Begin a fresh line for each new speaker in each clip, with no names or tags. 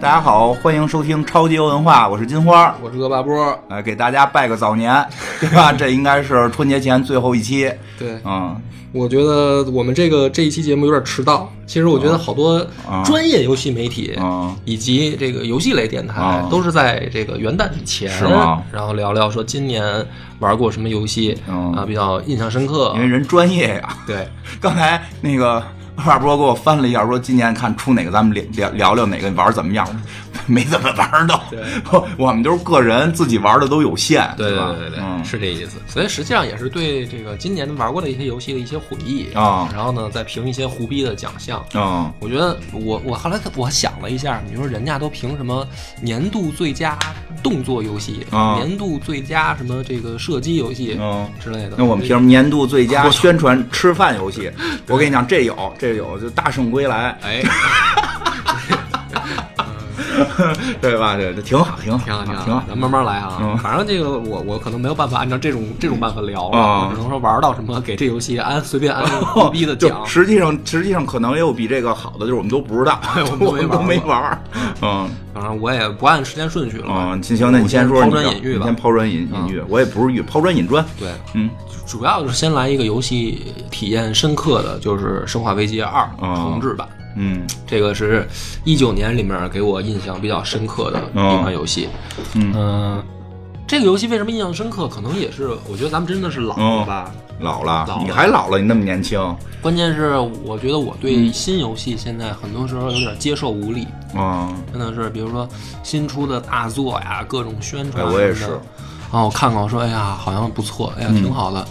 大家好，欢迎收听超级游文化，我是金花。
我是恶霸波，
来给大家拜个早 年，对吧？这应该是春节前最后一期。
对，
嗯，
我觉得我们这个这一期节目有点迟到。其实我觉得好多
啊
专业游戏媒体
啊
以及这个游戏类电台
啊
都是在这个元旦以前
是吗，
然后聊聊说今年玩过什么游戏
嗯
啊比较印象深刻
因。为人专业呀。
对，
刚才那个二波给我翻了一下，说今年看出哪个咱们聊聊聊聊哪个玩儿怎么样， 没怎么玩儿到
对。
我 我们都是个人，自己玩儿的都有限，
对
吧
对？对对
嗯
对，是这意思。所以实际上也是对这个今年玩过的一些游戏的一些回忆
啊
然后呢再评一些胡逼的奖项。
嗯
我觉得我我后来我想了一下，你说人家都评什么年度最佳动作游戏、
啊
年度最佳什么这个射击游戏
嗯。
之类的，
那我们凭什么年度最佳宣传吃饭游 戏？我跟你讲，这有这有，就《大圣归来
哎，》，
对吧？对，这挺好，挺好，
挺好 挺好，
挺好。
咱慢慢来啊。
嗯
反正这个我我可能没有办法按照这种这种办法聊了，
啊
我只能说玩到什么给这游 戏安随便安一个胡逼的
就
奖。
实际上，实际上可能也有比这个好的，就是我们都不知道，
我们都
我
没
们都
玩
没
过
玩儿。嗯
反正我也不按时间顺序了嘛。
嗯，行，那你先说，
抛
你
砖
的
引玉
你
吧嗯
先。抛砖引引玉，我也不是玉，抛砖引砖。
对，
嗯
主要就是先来一个游戏体验深刻的，就是《生化危机二》
啊
重置版。
嗯
这个是一九年里面给我印象比较深刻的一款游戏。
哦嗯
嗯这个游戏为什么印象深刻？可能也是我觉得咱们真的是老
哦
了吧。
老了，
老了
你还老了，你那么年轻啊、
关键是我觉得我对新游戏现在很多时候有点接受无力，
嗯
真的是，比如说新出的大作呀，各种宣传
哎
什么的。
我也是嗯
然后我看看，我说，哎呀，好像不错，哎呀，挺好的，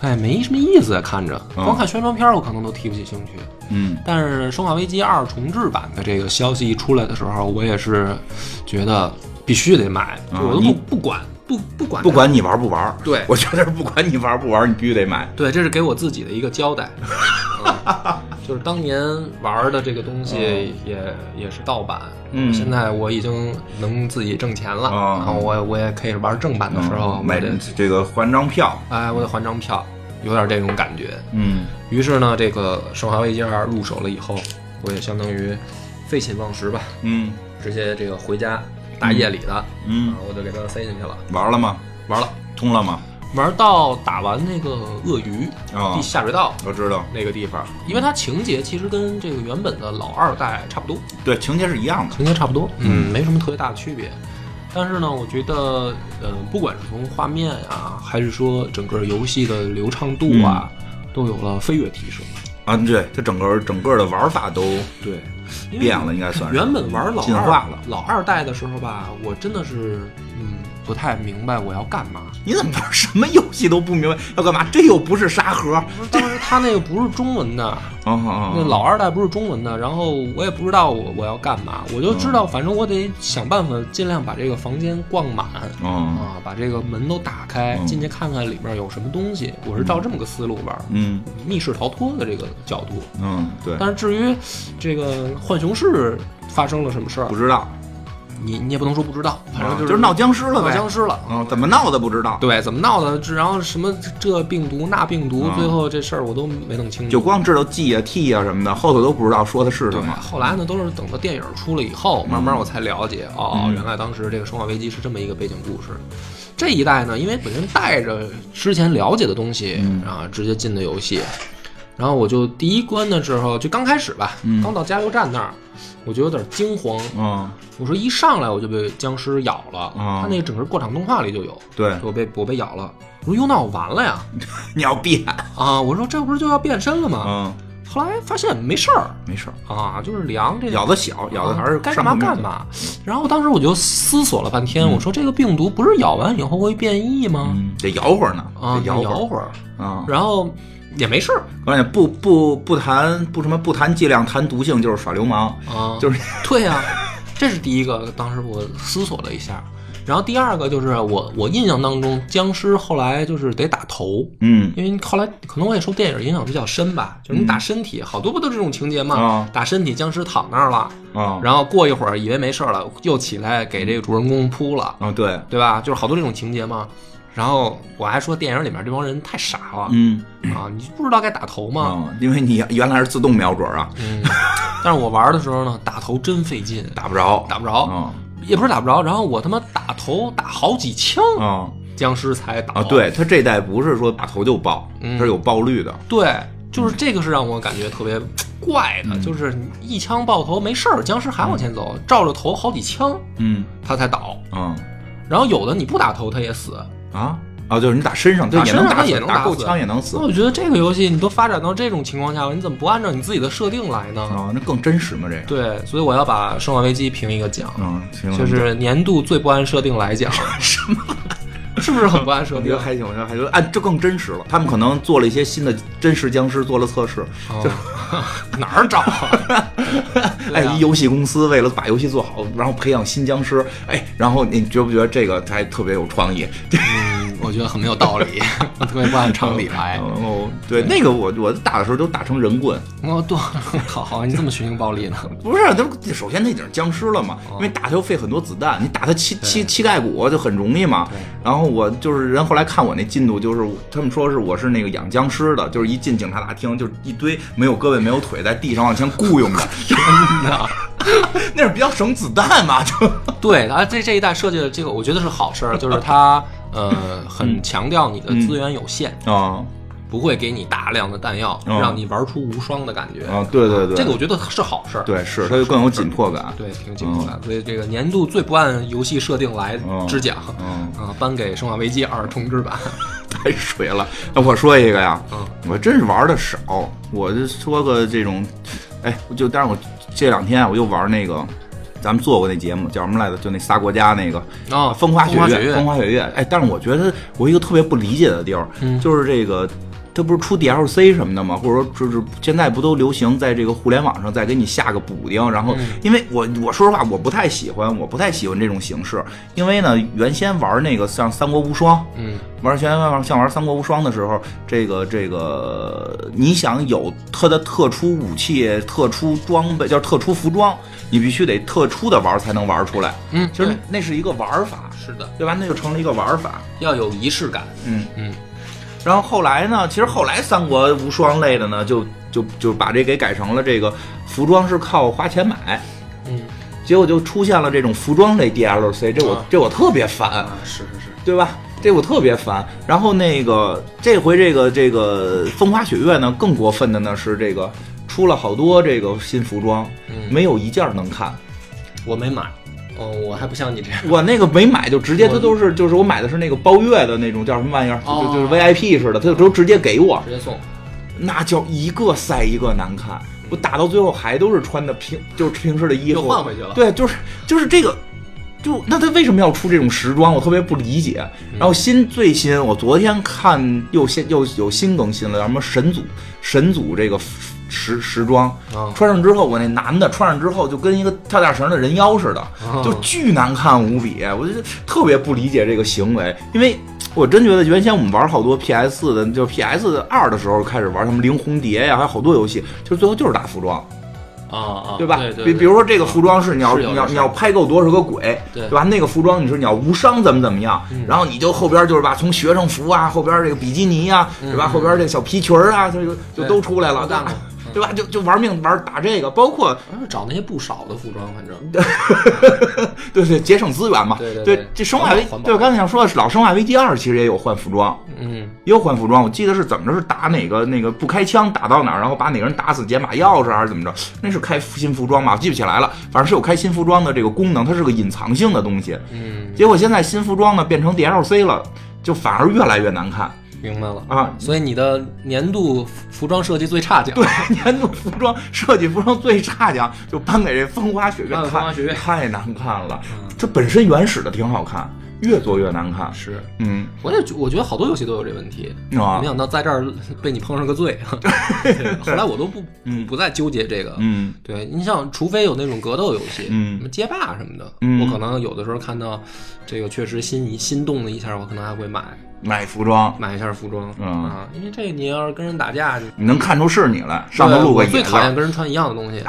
哎，没什么意思，看着
哦
光看宣传片，我可能都提不起兴趣。
嗯
但是《生化危机二》重置版的这个消息一出来的时候，我也是觉得必须得买，就
啊
我都
你
不不管不不管
不
它。
管你玩不玩，
对
我觉得不管你玩不玩，你必须得买。
对，这是给我自己的一个交代。嗯就是当年玩的这个东西也、也是盗版，
啊嗯
现在我已经能自己挣钱了，
啊
然后我也我也可以玩正版的时候，我
嗯买
得
这个还张票，
哎，我得还张票，有点这种感觉。
嗯
于是呢，这个《生化危机二》入手了以后，我也相当于废寝忘食吧，
嗯
直接这个回家大夜里的，啊，
嗯，
我就给它塞进去了，
玩了吗？
玩了，
通了吗？
玩到打完那个鳄鱼
啊
地下水道
我知道，
那个地方，因为它情节其实跟这个原本的老二代差不多，
对，情节是一样的。
情节差不多，嗯，没什么特别大的区别。但是呢，我觉得，呃，不管是从画面啊，还是说整个游戏的流畅度啊，
嗯
都有了飞跃提升。
啊，对，它整个整个的玩法都
对，因为
变了，应该算是
原本玩老
进
二
化了。
老二代的时候吧，我真的是嗯不太明白我要干嘛。
你怎么玩什么游戏都不明白要干嘛？这又不是沙盒，啊
不是当时他那个不是中文的，
啊啊！
那老二代不是中文的，然后我也不知道我我要干嘛，我就知道反正我得想办法尽量把这个房间逛满。
嗯
啊，把这个门都打开，
嗯
进去看看里面有什么东西。我是照这么个思路玩，
嗯
密室逃脱的这个角度。
嗯，对，
但是至于这个浣熊市发生了什么事儿
不，知道，啊
你你也不能说不知道，反正
就是是闹僵尸了
闹
呗。
僵尸了。
嗯，怎么闹的不知道，
对，怎么闹的？这然后什么这病毒那病毒，
嗯
最后这事儿我都没弄清楚。
就光知道 G 啊 T 啊什么的，后头都不知道说的是什
对，
么。
后来呢，都是等到电影出了以后，慢慢我才了解，哦，
嗯
原来当时这个《生化危机》是这么一个背景故事。这一代呢，因为本身带着之前了解的东西，
嗯
啊，直接进的游戏。然后我就第一关的时候，就刚开始吧，
嗯
刚到加油站那儿，我就有点惊慌。
嗯，
我说一上来我就被僵尸咬了，
哦
它那个整个过场动画里就有，
对，
我被我被咬了。我说哟，那我完了呀！
你要变，
啊，我说这不是就要变身了吗？
嗯，
后来发现没事儿
没事儿，
啊，就是凉这个
咬的小，咬的还是
嗯该干
上
嘛
半面
干。嘛。然后当时我就思索了半天，我说这个病毒不是咬完以后会变异吗？
嗯，得摇会儿呢，
啊，
得摇会儿
会儿，
啊。
然后也没事儿
关键不不不谈不什么不谈剂量，谈毒性就是耍流氓。
啊，
就是
对呀、这是第一个，当时我思索了一下。然后第二个就是我我印象当中，僵尸后来就是得打头。
嗯
因为后来可能我也受电影影响比较深吧，就是你打身体，好多不都是这种情节嘛？
啊
打身体，僵尸躺那儿了，
啊
然后过一会儿以为没事儿了，又起来给这个主人公扑了，
啊对，
对吧？就是好多这种情节嘛。然后我还说电影里面这帮人太傻了，
嗯
啊，你不知道该打头吗？
嗯，因为你原来是自动瞄准啊，
嗯，但是我玩的时候呢，打头真费劲，
打不着，
打不着，
嗯
也不是打不着，然后我他妈打头打好几枪，
嗯
僵尸才打
啊，
到。
对他这代不是说打头就爆，
嗯
它是有爆率的，
对，就是这个是让我感觉特别怪
嗯
的，就是一枪爆头没事儿，僵尸还往前走，照着头好几枪
嗯
他才倒，
嗯
然后有的你不打头他也死。
啊啊，就是你打身上，
打
它也能
身上它
打死
也能打
打够
死嗯
枪也能死
那，我觉得这个游戏你都发展到这种情况下了，你怎么不按照你自己的设定来呢？
啊，那更真实嘛这个，
对，所以我要把《生化危机》评一个奖，
嗯，行，
就是年度最不按设定来讲。 什么？是不是很不按设
我 觉得
定？
还行，我觉得还行，按这更真实了。他们可能做了一些新的真实僵尸，做了测试。
哦 哪儿找啊？
哎
对啊，
一游戏公司为了把游戏做好，然后培养新僵尸，哎，然后你觉不觉得这个还特别有创意？
嗯，我觉得很没有道理， 特别不按常理来
然。后嗯哦对那个我我打的时候都打成人棍，
我多哦好好，你这么寻衅暴力 呢？
不是，都首先那已经是僵尸了嘛，因为打它要费很多子弹，你打它膝膝膝盖骨就很容易嘛。然后我就是人后来看我那进度，就是他们说是我是那个养僵尸的，就是一进警察大厅就一堆没有胳膊没有腿在地上往前雇 佣的， 那是比较省子弹嘛， 就
对，它这这一代设计的这个，我觉得是好事儿，就是 它呃很强调你的资源有限，
啊
不会给你大量的弹药，
嗯
让你玩出无双的感觉。
啊，对对对，
这个我觉得是好事儿。
对是它就更有紧迫感，
对，挺紧迫的。所以这个年度最不按游戏设定来
嗯
之奖，
嗯
啊，颁给《生化危机二》重置版。
太水了。那我说一个呀，
嗯
我真是玩的少，我就说个这种，哎，我就但是我这两天啊我又玩那个，咱们做过那节目叫什么来着？就那仨国家那个。
啊，
风花雪
风花雪
月，
月
风花雪月，哎，但是我觉得我有一个特别不理解的地儿，
嗯
就是这个，它不是出 DLC 什么的吗？或者说，就是现在不都流行在这个互联网上再给你下个补丁？然后，
嗯
因为我我说实话，我不太喜欢，我不太喜欢这种形式，因为呢，原先玩那个像《三国无双》，
嗯
玩全玩像玩《三国无双》的时候，这个这个，你想有它的特殊武器、特殊装备，就是特殊服装，你必须得特殊的玩才能玩出来。
嗯，
其实
对
那是一个玩法，
是的，
对吧？那就成了一个玩法。
要有仪式感。
嗯
嗯。
然后后来呢，其实后来三国无双类的呢，就就就把这给改成了这个服装是靠花钱买，
嗯
结果就出现了这种服装类 DLC，这我、
啊
这我特别烦。
啊，是是是，
对吧？这我特别烦。然后那个这回这个这个风花雪月呢，更过分的呢是这个出了好多这个新服装，
嗯
没有一件能看。
我没买，哦，我还不像你这样。
我那个没买就直接，
我
它都是就是我买的是那个包月的那种叫什么玩意儿，就
哦
就就是 VIP 似的，它就都 直接给我，
直接送，
那叫一个赛一个难看。我打到最后还都是穿的平就是平时的衣服，
又换回去了
对，就是就是这个。就那他为什么要出这种时装？我特别不理解。
嗯
然后新最新，我昨天看又新又有新更新了，叫什么神组神组这个时时装
啊，
穿上之后，我那男的穿上之后就跟一个跳大绳的人妖似的，
啊
就巨难看无比。我就特别不理解这个行为，因为我真觉得原先我们玩好多 PS 的，就 PS 二的时候开始玩什么灵红蝶呀，还有好多游戏，就是最后就是打服装。
啊啊，
对吧？
对对，
比比如说这个服装是你要
是有
你
这
要
事儿
你要拍够多少个鬼，
对
吧？那个服装你是你要无伤怎么怎么样，
嗯
然后你就后边就是吧，从学生服啊，后边这个比基尼啊，对吧？
嗯
后边这小皮裙儿啊，就就就
对
都出来了，
我
对
干
吧
过？
对吧？就就玩命玩打这个，包括
反正找那些不少的服装，反正
对对节省资源嘛，
对对对
这生化危
环保环保
对我刚才想说的是老生化危机二其实也有换服装，
嗯，
也有换服装，我记得是怎么着是打哪个那个不开枪打到哪儿，然后把哪个人打死捡把钥匙还是怎么着？那是开新服装吧？我记不起来了，反正是有开新服装的这个功能，它是个隐藏性的东西。
嗯，
结果现在新服装呢变成 DLC 了，就反而越来越难看
明白了。
啊！
所以你的年度服装设计最差奖，
对， 年度服装设计服装最差奖就颁给这风花雪月，
颁给风花雪月
太太难看了
嗯。
这本身原始的挺好看，越做越难看。
是，
嗯，
我也觉我觉得好多游戏都有这问题，
啊
没，想到在这儿被你碰上个罪。 后来我都不
嗯
不再纠结这个，
嗯
对你像，除非有那种格斗游戏，
嗯
什么街霸什么的，
嗯
我可能有的时候看到这个确实心心动了一下，我可能还会买
买服装
买一下服装、
嗯
啊，因为这你要是跟人打架，你
你能看出是你来， 上头
对啊
露个
我
野
最
字
讨
儿
厌。跟人穿一样的东西，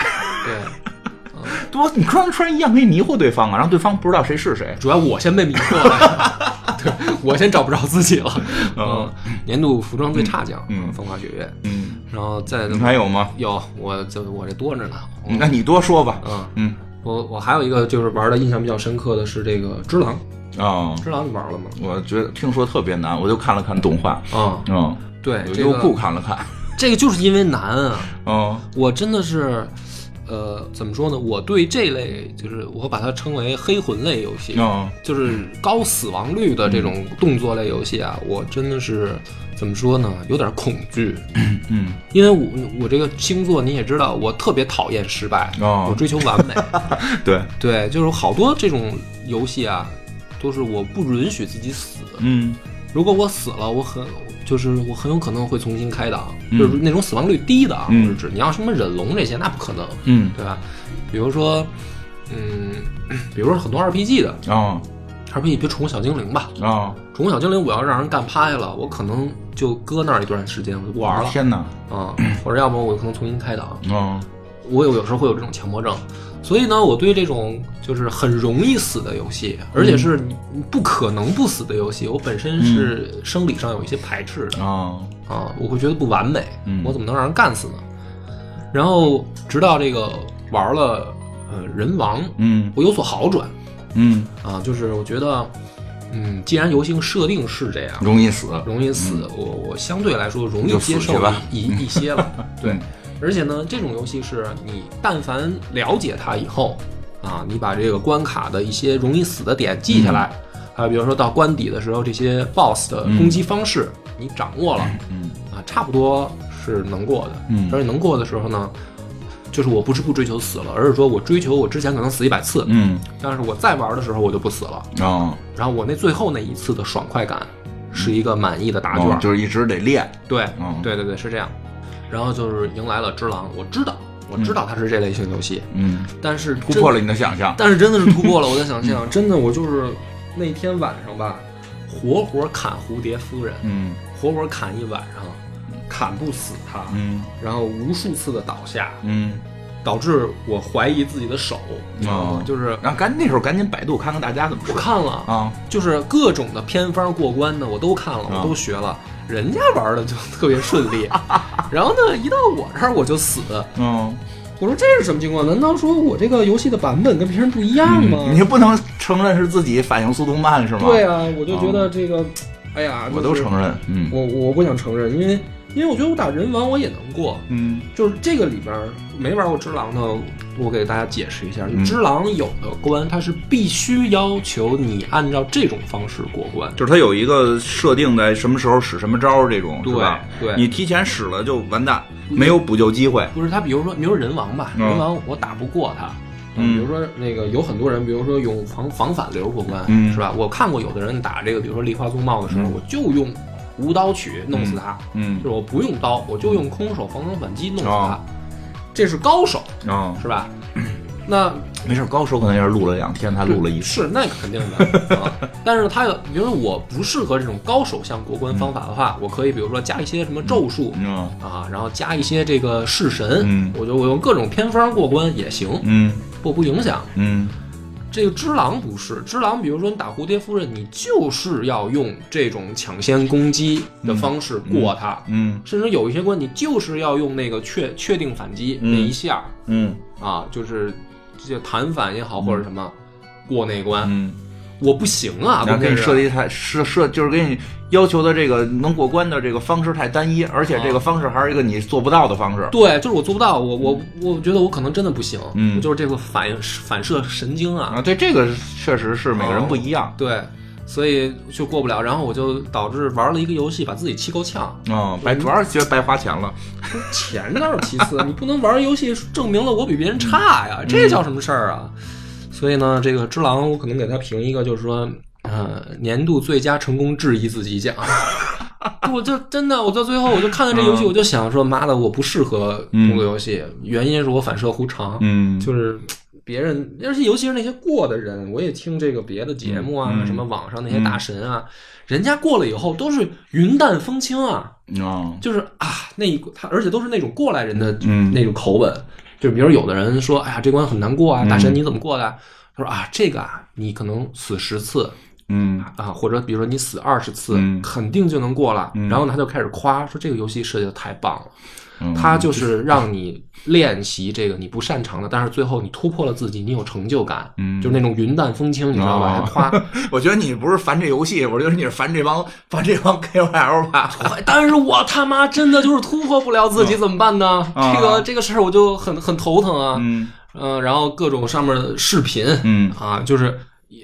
对，
多，你穿穿一样可以迷惑对方啊，让对方不知道谁是谁。
主要我先被迷惑了， 对我先找不着自己了。
嗯
嗯，年度服装最差奖，
嗯嗯
风花雪月，
嗯，
然后再
你还有吗？
有我这我这多着呢。
那你多说吧。
嗯，
嗯
我我还有一个就是玩的印象比较深刻的是这个《只狼》，
啊，
《只狼》你玩了吗？
我觉得听说特别难，我就看了看动画。
啊、
嗯，
对，
我
这
优酷
个
看了看。
这个就是因为难啊，
嗯
我真的是，呃，怎么说呢？我对这类就是我把它称为黑魂类游戏，
嗯
就是高死亡率的这种动作类游戏啊，我真的是怎么说呢？有点恐惧，
嗯
因为我我这个星座你也知道，我特别讨厌失败，
哦
我追求完美。
对，
对，就是好多这种游戏啊，都是我不允许自己死。
嗯
如果我死了，我很就是我很有可能会重新开档，
嗯
就是那种死亡率低的啊，
嗯
我是指你要什么忍龙这些，那不可能，
嗯
对吧？比如说，嗯， 比如说很多 RPG 的
啊
RPG，比如《宠物小精灵》吧，
啊！
《宠物小精灵》我要让人干趴下了，我可能就搁那儿一段时间，我就不玩了
天哪！
啊、或者要么我可能重新开档。
嗯
我有有时候会有这种强迫症，所以呢，我对这种就是很容易死的游戏，而且是你
嗯
你不可能不死的游戏，我本身是生理上有一些排斥的
啊
啊，我会觉得不完美
嗯，
我怎么能让人干死呢？然后直到这个玩了呃人王，
嗯
我有所好转
嗯，
啊，就是我觉得，嗯，既然游戏设定是这样，
容易死。
容易死，我我相对来说容易
嗯就
接
死
受
去吧
一一一些了。
对，
而且呢，这种游戏是你但凡了解它以后，啊，你把这个关卡的一些容易死的点记
嗯
下来，还有比如说到关底的时候，这些 BOSS 的攻击方式你掌握了，
嗯
啊，差不多是能过的。
嗯
而且能过的时候呢，就是我不是不追求死了，而是说我追求我之前可能死一百次，
嗯
但是我再玩的时候我就不死了。
啊，
然后我那最后那一次的爽快感，是一个满意的答卷。
嗯哦就是一直得练。
对，
嗯
对对对，是这样。然后就是迎来了《只狼》，我知道，我知道它是这类型游戏，
嗯，
但是突
突破了，嗯你的想象。
但是真的是突破 了我的想象。真的，我就是那天晚上吧，活活砍蝴蝶夫人，
嗯
活活砍一晚上，砍不死她，
嗯
然后无数次的倒下，
嗯。
导致我怀疑自己的手，你知道吗
哦？
就是
然后赶那时候赶紧百度看看大家怎么
我
说
看了，
啊。
就是各种的偏方过关的我都看了，
啊
我都学了，人家玩的就特别顺 利，然后呢，一到我这儿我就死。
嗯，
我说这是什么情况？难道说我这个游戏的版本跟别人不一样吗？
嗯你不能承认是自己反应速度慢是吗？
对啊，我就觉得这个，哎呀，
哦我都
就是
承认。嗯
我我不想承认，因为因为我觉得我打人王我也能过，
嗯
就是这个里边儿没玩过只狼的，我给大家解释一下，
嗯
只狼有的关它是必须要求你按照这种方式过关，
就是它有一个设定的，什么时候使什么招儿这种，
对
是吧？
对
你提前使了就完蛋，没有补救机会。
不是他，比如说，比如说人王吧，
嗯
人王我打不过他。
嗯
比如说那个有很多人，比如说用防防反流过关，
嗯
是吧？我看过有的人打这个，比如说梨花宗茂的时候，我就用无刀曲弄死他，
嗯
就是我不用刀，我就用空手防空反击弄死他，
哦
这是高手，
啊，
是吧？那
没事，高手可能也是录了两天，他录了一次。
是那肯定的啊。但是他有，比如说我不适合这种高手向过关方法的话，我可以比如说加一些什么咒术，
嗯
啊，然后加一些这个式神，
嗯
我就我用各种偏方过关也行，
嗯
我不影响。
嗯
这个只狼不是只狼，比如说你打蝴蝶夫人，你就是要用这种抢先攻击的方式过它，
嗯
甚至有一些关你就是要用那个确确定反击
嗯
那一下、
嗯
啊，就是这弹反也好或者什么。过那关、
嗯，
我不行啊！
然后给你
关键是
设计太设设，就是给你要求的这个能过关的这个方式太单一，而且这个方式还是一个你做不到的方式。
对，就是我做不到，我我我觉得我可能真的不行，
嗯
我就是这个反应反射神经啊，
啊，对，这个确实是每个人不一样。
对，所以就过不了，然后我就导致玩了一个游戏，把自己气够呛。
嗯，白主要是觉得白花钱了。
钱倒是其次，你不能玩游戏证明了我比别人差呀，
嗯
这叫什么事儿啊？所以呢，这个《只狼》我可能给他评一个，就是说，呃，年度最佳成功质疑自己奖。 我就真的，我到最后我就看到这
嗯
游戏，我就想说，妈的，我不适合动作游戏，原因是我反射弧长。
嗯
就是别人，而且尤其是那些过的人，我也听这个别的节目啊，
嗯嗯
什么网上那些大神啊，人家过了以后都是云淡风轻啊，
啊，
就是啊，那一他而且都是那种过来人的
嗯
那种口吻，就比如有的人
嗯
说，哎呀，这关很难过啊，大神你怎么过的啊？他说啊，这个啊，你可能死十次，
嗯
啊，或者比如说你死二十次，
嗯
肯定就能过了。
嗯
然后呢，他就开始夸说这个游戏设计的太棒了，
嗯
它就是让你练习这个你不擅长的，但是最后你突破了自己，你有成就感，
嗯
就是那种云淡风轻，你知道吧？
哦
还夸，
我觉得你不是烦这游戏，我觉得你是烦这帮烦这帮 KOL 吧。
但是我他妈真的就是突破不了自己，怎么办呢？
啊
这个这个事儿我就很很头疼啊。
嗯
嗯、然后各种上面的视频，
嗯
啊，就是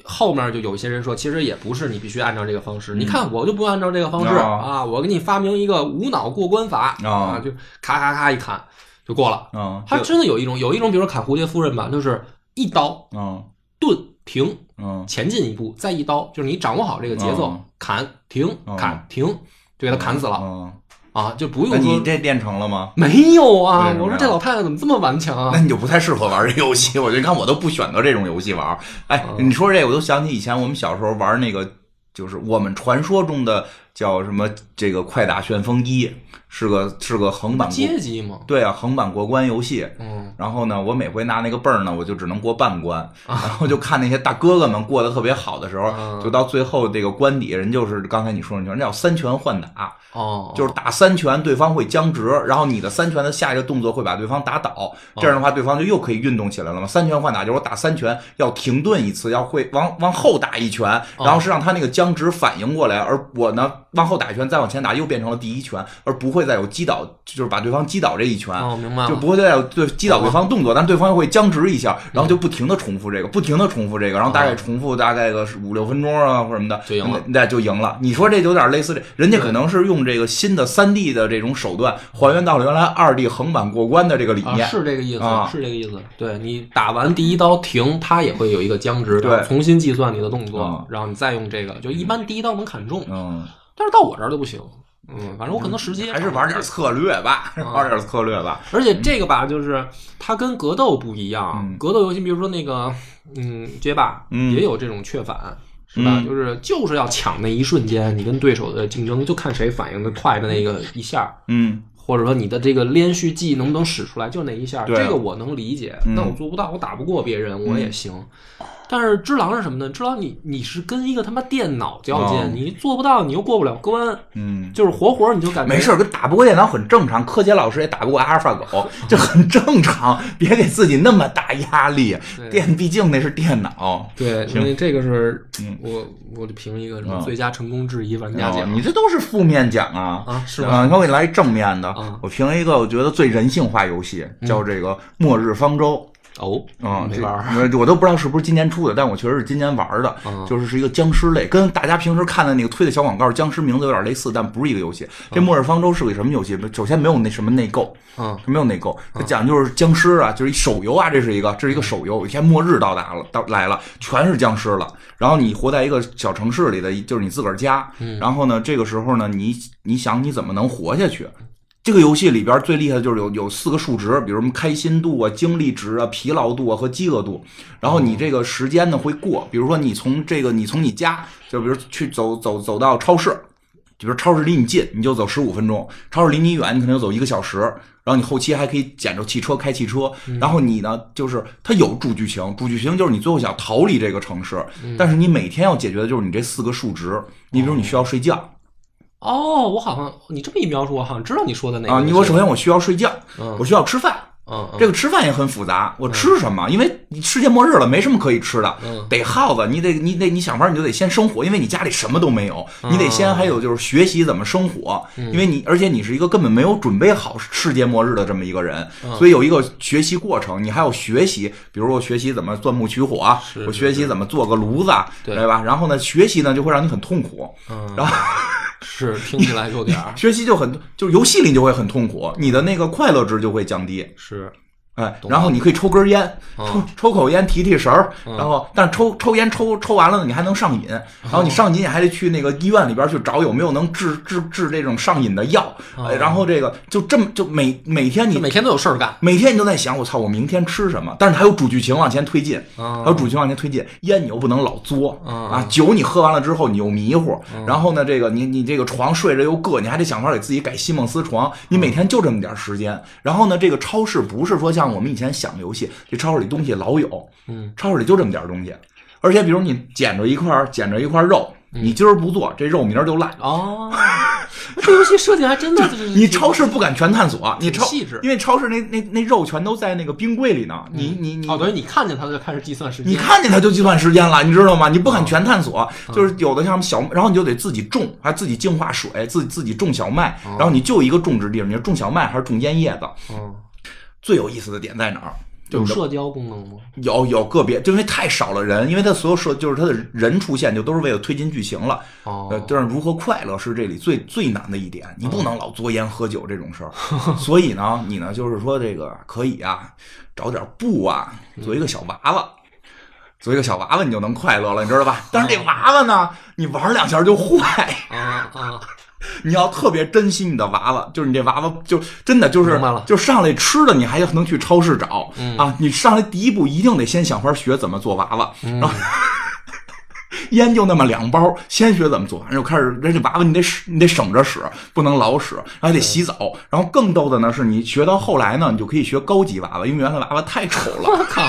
后面就有一些人说，其实也不是你必须按照这个方式，你看我就不按照这个方式、
哦
啊，我给你发明一个无脑过关法、
哦
啊，就咔咔咔一砍就过了。
嗯，
他真的有一种，有一种，比如说砍蝴蝶夫人吧，就是一刀
嗯
顿停，
嗯
前进一步，再一刀，就是你掌握好这个节奏，
哦
砍停
哦
砍停，就给他砍死了、
嗯，
啊，就不
那
用
你
说。
这练成了吗？
没有啊
为什！么呀
我说这老太太怎么这么顽强
那
啊？
你就不太适合玩这游戏。我觉得你看我都不选择这种游戏玩儿。哎，
啊
你说这个我都想起以前我们小时候玩那个，就是我们传说中的叫什么这个快打旋风一，是个是个横版过
阶级嘛，
对啊横版过关游戏。
嗯，
然后呢，我每回拿那个泵儿呢，我就只能过半关，然后就看那些大哥哥们过得特别好的时
啊
候，就到最后这个关底，人就是刚才你说的那种，人叫三拳换打，
哦，
就是打三拳，对方会僵直，然后你的三拳的下一个动作会把对方打倒，这样的话对方就又可以运动起来了嘛。三拳换打就是我打三拳要停顿一次，要会往往后打一拳，然后是让他那个僵直反应过来，而我呢往后打一拳，再往前打又变成了第一拳，而不会再有击倒，就是把对方击倒这一拳。
哦，明白了，
就不会再有对击倒对方动作，但对方又会僵直一下，然后就不停的重复这个，不停的重复这个，然后大概重复大概个五六分钟啊或者什么的，
就赢了
那，那就赢了。你说这就有点类似这，人家可能是用这个新的三 D 的这种手段还原到了原来二 D 横版过关的这个理
啊，
念。
是这个意思，
啊
是这个意思。对你打完第一刀停，它也会有一个僵直，
对
然后重新计算你的动作，
嗯
然后你再用这个，就一般第一刀能砍中，
嗯，
但是到我这儿就不行。嗯，反正我可能时间
还是玩点策略吧，玩点策略吧。
而且这个吧，就是它跟格斗不一样，
嗯
格斗游戏，比如说那个，嗯，街霸、
嗯
也有这种确反，是吧？
嗯
就是就是要抢那一瞬间，你跟对手的竞争，就看谁反应的快的那个一下，
嗯
或者说你的这个连续技能不能使出来，就那一下，
对啊
这个我能理解
嗯，
但我做不到，我打不过别人，我也行。但是只狼是什么呢？只狼你你是跟一个他妈电脑较
哦
劲，你做不到，你又过不了关，
嗯。
就是活活你就感觉
没事，儿，跟打不过电脑很正常。柯洁老师也打不过阿尔法狗，这很正常。别给自己那么大压力，
对
电毕竟那是电脑。
对，
行
因为这个是
嗯
我我就评一个什么
嗯
最佳成功质疑玩家
哦
奖
你这都是负面奖啊！
啊，是吧？
啊，你看我给你来一正面的
啊，
我评一个我觉得最人性化游戏，叫这个《末日方舟》
哦，
啊，
没
这
玩儿，
我我都不知道是不是今年出的，但我确实是今年玩的
啊，
就是是一个僵尸类，跟大家平时看的那个推的小广告僵尸名字有点类似，但不是一个游戏。
啊
这《末日方舟》是个什么游戏？首先没有那什么内购，
嗯
没有内购，它讲就是僵尸啊，就是一手游啊，这是一个，这是一个手游。有一天末日到达了，到来了，全是僵尸了。然后你活在一个小城市里的，就是你自个儿家。然后呢，这个时候呢，你你想你怎么能活下去？这个游戏里边最厉害的就是有有四个数值，比如什么开心度啊、精力值啊、疲劳度啊和饥饿度。然后你这个时间呢会过，比如说你从这个你从你家，就比如去走走走到超市，就比如超市离你近，你就走十五分钟；超市离你远，你可能就走一个小时。然后你后期还可以捡着汽车开汽车，
嗯
然后你呢，就是它有主剧情，主剧情就是你最后想逃离这个城市，
嗯
但是你每天要解决的就是你这四个数值。你比如你需要睡觉，
哦，我好像你这么一描述，我好像知道你说的哪个
啊，你我首
先
先我需要睡觉，
嗯
我需要吃饭。
嗯嗯
这个吃饭也很复杂，我吃什么？因为你世界末日了，没什么可以吃的
嗯，
得耗子，你得你得你想法，你就得先生火，因为你家里什么都没有，
嗯
你得先还有就是学习怎么生火，因为你而且你是一个根本没有准备好世界末日的这么一个人，
嗯
所以有一个学习过程，你还有学习，比如我学习怎么钻木取火啊
是，
我学习怎么做个炉子，啊
对
对吧？然后呢，学习呢就会让你很痛苦，
嗯，
然后
是听起来有点儿
学习就很就是游戏里你就会很痛苦，你的那个快乐值就会降低。
是
哎，
懂
然后你可以抽根烟，抽抽口烟提提神儿，然后但是抽抽烟抽抽完了呢，你还能上瘾，然后你上瘾你还得去那个医院里边去找有没有能治治治这种上瘾的药，哎然后这个就这么就每每天
就
你
每天都有事儿干，
每天你都在想我操我明天吃什么，但是还有主剧情往前推进，
嗯
还有主剧情往前推进，烟你又不能老嘬
嗯
啊，酒你喝完了之后你又迷糊，然后呢这个你你这个床睡着又硌，你还得想法给自己改西梦思床，你每天就这么点时间，然后呢这个超市不是说像我们以前想的游戏，这超市里东西老有，
嗯，
超市里就这么点东西。而且比如你捡着一块儿捡着一块肉，你今儿不做，这肉明儿就烂。
哦，这游戏设定还真的嗯就是
你超市不敢全探索，你超
细致
因为超市那那那肉全都在那个冰柜里呢。你你你
哦，等于你看见它就开始计算时间，
你看见它就计算时间了，你知道吗？你
哦
不敢全探索，
嗯
就是有的像小，然后你就得自己种，还自己净化水，自己自己种小麦，
哦
然后你就一个种植地儿，你是种小麦还是种烟叶子？
嗯，
最有意思的点在哪儿？就
有
是
社交功能吗？
有有个别，就因为太少了人，因为它所有设就是它的人出现就都是为了推进剧情了。呃
哦，，
但是如何快乐是这里最最难的一点，你
嗯
不能老作烟喝酒这种事儿。 所以呢，你呢就是说这个可以啊，找点布啊，
嗯
做一个小娃娃，做一个小娃娃你就能快乐了，你知道 吧？但
哦
是这娃娃呢，你玩两下就坏，
啊啊，
你要特别珍惜你的娃娃，就是你这娃娃就真的就是
明白了
就上来吃的，你还能去超市找、
嗯
啊。你上来第一步一定得先想法学怎么做娃娃，
嗯
然后
哦
烟就那么两包，先学怎么做，然后就开始这这娃娃你得使你得省着使，不能老使，然后还得洗澡。然后更逗的呢是你学到后来呢，你就可以学高级娃娃，因为原来娃娃太丑了，
我靠，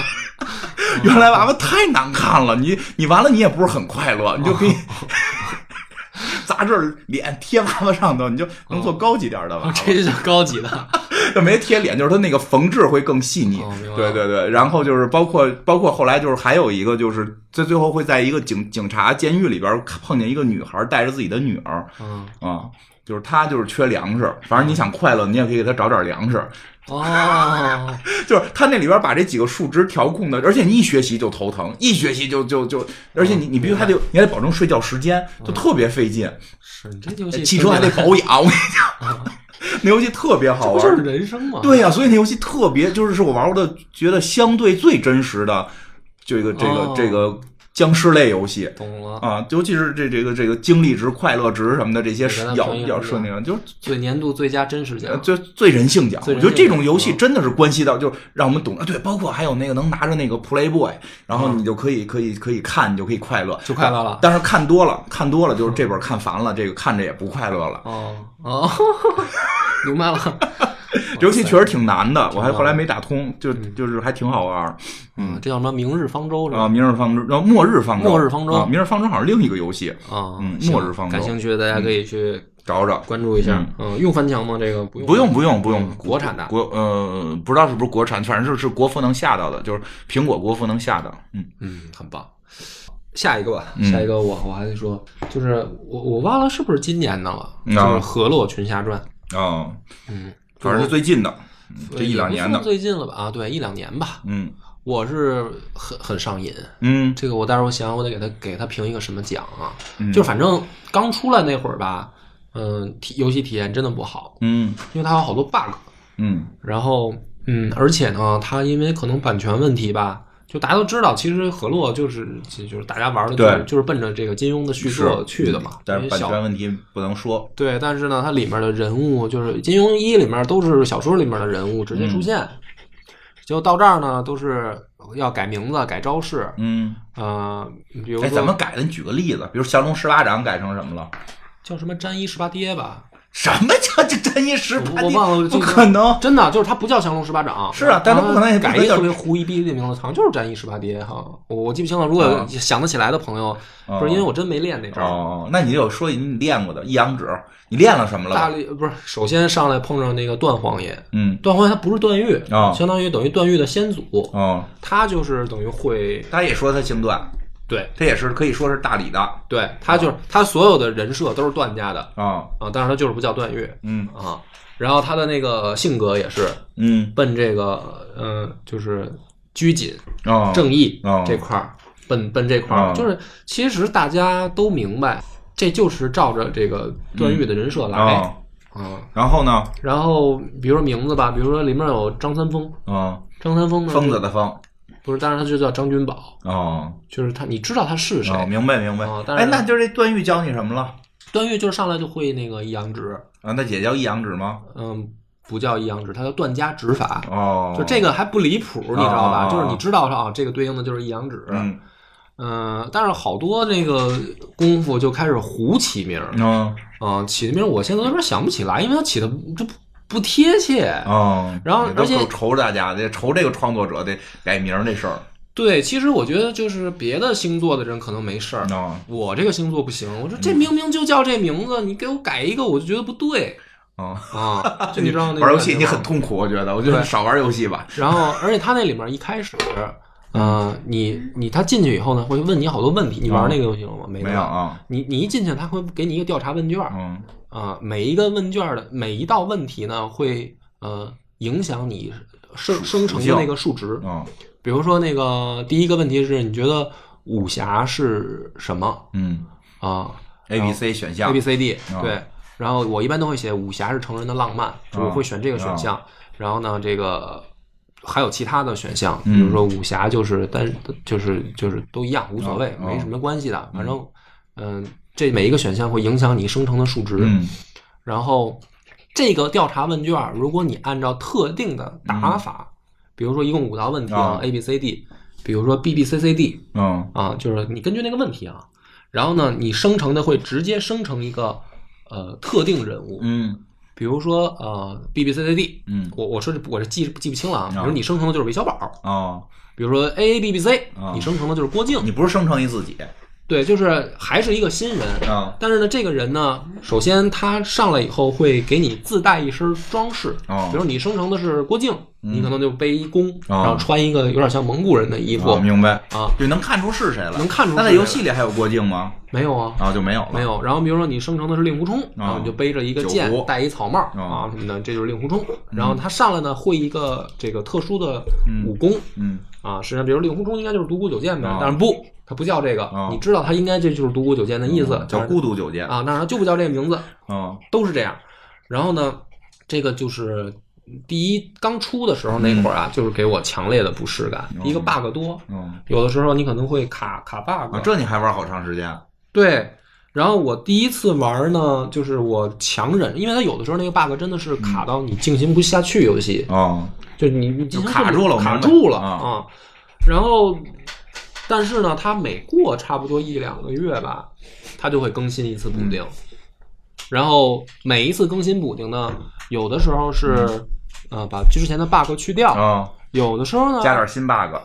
原来娃娃太难看了，你你完了你也不是很快乐，你就 可以砸这儿脸贴娃娃上头，你就能做高级点儿的娃娃。
这就叫高级的，
这 没贴脸，就是它那个缝制会更细腻
哦明白。了
对对对，然后就是包括包括后来就是还有一个就是在最后会在一个警警察监狱里边碰见一个女孩带着自己的女儿
嗯，
啊。就是她就是缺粮食，反正你想快乐，你也可以给她找点粮食。
哦，
就是他那里边把这几个数值调控的，而且你一学习就头疼，一学习就就就，而且你
哦
你必须还得有你还得保证睡觉时间，
嗯
就特别费劲。
是你这游戏
汽车还得保养，我跟你讲， 那游戏特别好
嗯不就是
玩。
人生吗？
对呀、所以那游戏特别，就是是我玩过的觉得相对最真实的这个这个
哦
这个僵尸类游戏。
懂了。
啊，尤其是这这个这个精力值、快乐值什么的这些
对咱俩
要
平衡
要
一下
设定，就是
最年度最佳真实奖
呃，，就最人性奖，我
最
觉
人
得
性
这种游戏
嗯
真的是关系到，就是让我们懂啊，对，包括还有那个能拿着那个 Play Boy，然哎后你就可以可以可以看，你就可以快乐，
嗯就快乐了
但是看多了，看多了就是这本看烦了，这个看着也不快乐了。
哦哦，明白了。
这游戏确实挺难的，我还后来没打通，就就是还挺好玩儿。
嗯，这叫什么？明日方舟是
啊，
吧？
明日方舟，然后末日方舟，
末日方舟
啊，明日方舟好像另一个游戏，
啊，
嗯
行
末日方舟嗯
感兴趣的大家可以去
找找。
关注一下。嗯，用翻墙吗？这个不用，
不用不用不用，
嗯国产的
国呃不知道是不是国产，反正是是国服能下到的，就是苹果国服能下到。嗯，
嗯，很棒。下一个吧，
嗯
下一个我我还得说，就是我我忘了是不是今年的了，
嗯
就是《河洛群侠传》。
哦，
嗯，
反正是最近的，嗯这一两年
也
的
不算。最近了吧？啊，对，一两年吧。
嗯
我是很很上瘾，
嗯
这个我待会儿我想我得给他给他评一个什么奖啊？
嗯
就反正刚出来那会儿吧，嗯、体游戏体验真的不好，
嗯
因为它有好多 bug，
嗯
然后嗯，而且呢，它因为可能版权问题吧。就大家都知道，其实河洛就是就就是大家玩的就是
对
就是奔着这个金庸的续作
是
去的嘛，
但是
因为
版
小
权问题不能说。
对，但是呢，它里面的人物就是金庸一里面都是小说里面的人物直接
嗯
出现，结果到这儿呢都是要改名字、改招式，
嗯，
呃，比如
哎，
说
怎么改的？你举个例子，比如降龙十八掌改成什么了？
叫什么詹一十八爹吧，
什么叫这真一十八
我
地？
忘了这
不
个
可能。
真的就是他不叫降龙十八掌，
是啊但是
他
不可能也不
改
能
一
叫
特别胡一逼的名字，好像就是詹一十八爹哈，我我记不清了，如果
啊
有想得起来的朋友，不是因为我真没练那招儿。
哦，那你有说你练过的一阳指，你练了什么了
大
吧？
力不是，首先上来碰上那个段皇爷，
嗯，
段皇爷他不是段誉
啊
相当于等于段誉的先祖，
哦，
他就是等于会
他也说他姓段，
对
他也是可以说是大理的啊、
对，他就是他所有的人设都是段家的啊，但是他就是不叫段誉
哦嗯
啊。然后他的那个性格也是
嗯
奔这个呃，就是拘谨、
哦，
正义
哦
这块儿，奔奔这块儿，
哦
就是其实大家都明白，这就是照着这个段誉的人设来
哦，
啊。
然后呢？
然后比如说名字吧，比如说里面有张三丰，
嗯，
张三丰呢
疯子的疯
不是，当然他就叫张君宝，
哦，
就是他，你知道他是谁？
哦，明白明白。
哦但是
哎，那就是这段誉教你什么了？
段誉就是上来就会那个一阳指，
啊，那也叫一阳指吗？
嗯，不叫一阳指，它叫断家指法。
哦，
就这个还不离谱，你知道吧？
哦
就是你知道啊，这个对应的就是一阳指。
嗯
嗯，但是好多那个功夫就开始胡起名儿
嗯
啊，起的名儿我现在有点想不起来，因为它起的这不不贴切。
哦，
然后
也都
而且
够愁大家的，愁这个创作者得改名儿这事儿。
对，其实我觉得就是别的星座的人可能没事儿，
啊
我这个星座不行。我说这明明就叫这名字，你给我改一个，我就觉得不对
啊！
啊。就你知道那种
玩游戏
感
你
觉吗
很痛苦，我觉得，我觉得
对
你少玩游戏吧。
然后，而且他那里面一开始，呃，你你他进去以后呢，会问你好多问题。你玩那个游戏了吗？没
没
没
有。啊，
你你一进去，他会给你一个调查问卷儿
嗯
啊，每一个问卷儿的每一道问题呢，会呃影响你生生成的那个数值。
嗯
比如说那个第一个问题是，你觉得武侠是什么
嗯
啊
，A B C 选项
？A B C D
啊
对。然后我一般都会写武侠是成人的浪漫，就
嗯
我会选这个选项。然后呢，这个还有其他的选项，比
嗯
如说武侠就是单就是就是都一样，无所谓，
啊
没什么关系的。反正嗯、这每一个选项会影响你生成的数值。
嗯
然后这个调查问卷儿，如果你按照特定的打法，比如说一共五道问题
嗯啊
，A B C D，比如说 B B C C D
嗯
啊，就是你根据那个问题啊，然后呢，你生成的会直接生成一个呃特定人物，
嗯
比如说呃 B B C C D，
嗯
我我说这我这记记不清了啊，比
啊
如你生成的就是韦小宝，
哦，
比如说 A A B B C，
啊
你生成的就是郭靖，
你不是生成一自己
对，就是还是一个新人，
啊
但是呢，这个人呢，首先他上来以后会给你自带一身装饰，
哦
比如你生成的是郭靖，
嗯
你可能就背一弓，
哦
然后穿一个有点像蒙古人的衣服
我哦明白
啊，
就能看出是谁了，
能看出
那在
是谁
游戏里还有郭靖吗？
没有啊，
啊，就没有了，
没有。然后比如说你生成的是令狐冲，然后你就背着一个剑
啊九嗯湖，
戴一草帽
哦
啊什么的，这就是令狐冲。然后他上来呢，会一个这个特殊的武功
嗯
啊，实际上比如令狐冲应该就是独孤九剑呗
哦，
但是不，他不叫这个
哦，
你知道他应该这就是独孤九剑的意思，
嗯叫
但是
孤独九剑
啊，但是他就不叫这个名字。
嗯
都是这样。然后呢，这个就是第一刚出的时候那会儿啊，就是给我强烈的不适感。
哦
一个 bug 多，
嗯
有的时候你可能会卡卡 bug、
啊，这你还玩好长时间啊
对。然后我第一次玩呢，就是我强忍，因为它有的时候那个 bug 真的是
嗯
卡到你进行不下去，游戏
哦，
就你你进行不
卡住了我明白
卡住了
啊
啊。然后，但是呢，它每过差不多一两个月吧，它就会更新一次补丁。
嗯
然后每一次更新补丁呢，有的时候是，呃，把之前的 bug 去掉；
嗯啊，
有的时候呢，
加点新 bug
啊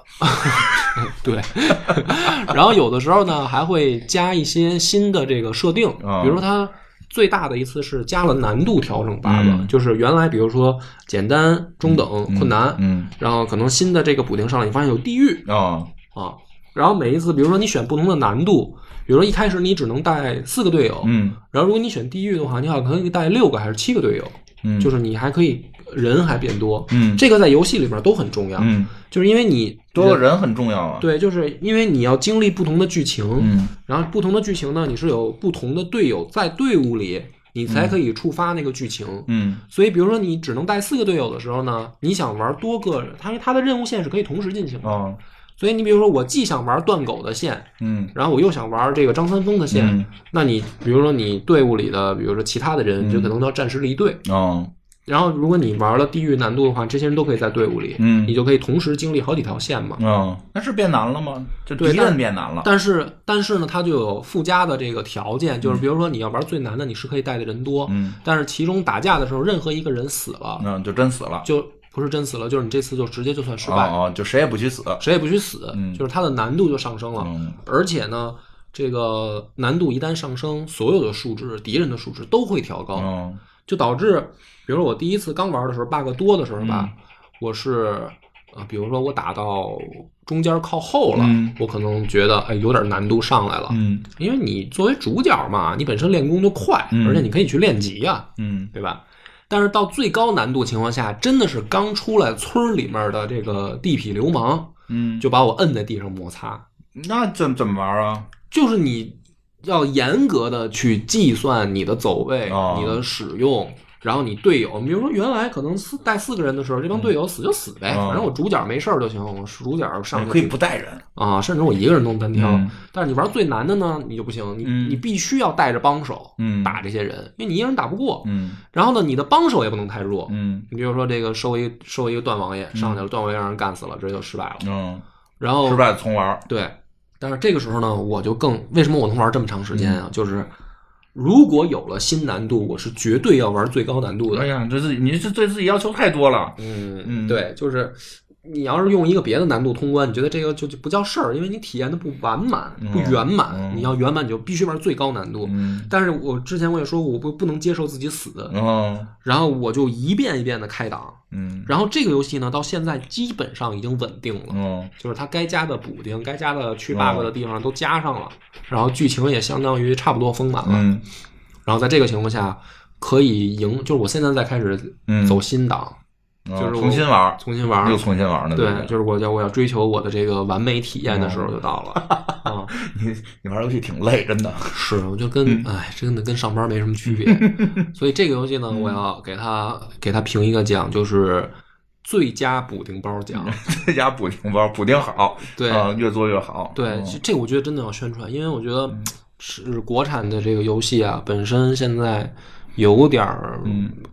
对， 然后有的时候呢还会加一些新的这个设定，
啊
比如说它最大的一次是加了难度调整 bug，、
嗯
就是原来比如说简单、中等、困难，
嗯
然后可能新的这个补丁上来，你发现有地狱
哦，
啊，然后每一次比如说你选不同的难度，比如说一开始你只能带四个队友，
嗯
然后如果你选地狱的话，你好像可以带六个还是七个队友，
嗯，
就是是你还可以人还变多，
嗯
这个在游戏里边都很重要，
嗯，
就是因为你
多个人很重要啊，，
对，就是因为你要经历不同的剧情，
嗯
然后不同的剧情呢，你是有不同的队友在队伍里，你才可以触发那个剧情。
嗯
所以，比如说你只能带四个队友的时候呢，你想玩多个，它因为它的任务线是可以同时进行的。
哦
所以你比如说，我既想玩断狗的线，
嗯
然后我又想玩这个张三丰的线，
嗯
那你比如说你队伍里的，比如说其他的人，就可能要暂时离队。
哦
然后，如果你玩了地狱难度的话，这些人都可以在队伍里，
嗯
你就可以同时经历好几条线嘛。
哦，那是变难了吗？就敌
对
人
但
变难了，
但是但是呢，它就有附加的这个条件，就是比如说你要玩最难的，你是可以带的人多，
嗯
但是其中打架的时候，任何一个人死了，
嗯，就真死了，
就不是真死了，就是你这次就直接就算失败，
哦哦，就谁也不许死，
谁也不许死，
嗯
就是它的难度就上升了，
嗯
而且呢。这个难度一旦上升，所有的数值，敌人的数值都会调高，
嗯
就导致，比如说我第一次刚玩的时候，bug 多的时候吧，
嗯
我是呃，比如说我打到中间靠后了，
嗯
我可能觉得哎有点难度上来了，
嗯
因为你作为主角嘛，你本身练功就快，
嗯
而且你可以去练级啊，
嗯
对吧？但是到最高难度情况下，真的是刚出来村儿里面的这个地痞流氓
嗯，
就把我摁在地上摩擦，
那怎怎么玩啊？
就是你要严格的去计算你的走位、
哦
你的使用，然后你队友，比如说原来可能四带四个人的时候，这帮队友死就死呗，
哦
反正我主角没事儿就行，我主角上去
可以不带人，
啊，甚至我一个人弄单挑。
嗯
但是你玩最难的呢，你就不行，你、
嗯
你必须要带着帮手
嗯
打这哦些人，因为你一个人打不过。
嗯
然后呢，你的帮手也不能太弱。
嗯
你比如说这个收一收一个段王爷上去了，段王爷让人干死了，这就失败了。
嗯，
然后
失败重玩，
对，但是这个时候呢，我就更为什么我能玩这么长时间啊？就是如果有了新难度，我是绝对要玩最高难度的
哎。呀，这自己你这对自己要求太多了，
嗯
哎嗯
对，就是你要是用一个别的难度通关，你觉得这个就就不叫事儿，因为你体验的不完满、不圆满。
嗯
你要圆满，你就必须玩最高难度。
嗯，
但是我之前我也说过，我不不能接受自己死，
哦，
然后我就一遍一遍的开档。
嗯，
然后这个游戏呢，到现在基本上已经稳定了，
哦，
就是它该加的补丁、该加的去
嗯
bug 的地方都加上了，然后剧情也相当于差不多丰满了。
嗯，
然后在这个情况下，可以赢，就是我现在在开始
嗯
走新档，
哦
就是我
重新玩儿，
重新玩儿
又。重新玩儿呢。
对
不，
就是我要我要追求我的这个完美体验的时
哦
候就到了 啊、
你你玩儿游戏挺累， 真的。
是，我就
嗯
跟哎，真的跟上班没什么区别。 所以这个游戏呢，我
嗯
要给它给它评一个奖，就是最佳补丁包 奖。
这家补丁包补丁好，
对
啊越做越好。
对，
嗯
这这我觉得真的要宣传，因为我觉得是国产的这个游戏啊，本身现在有点儿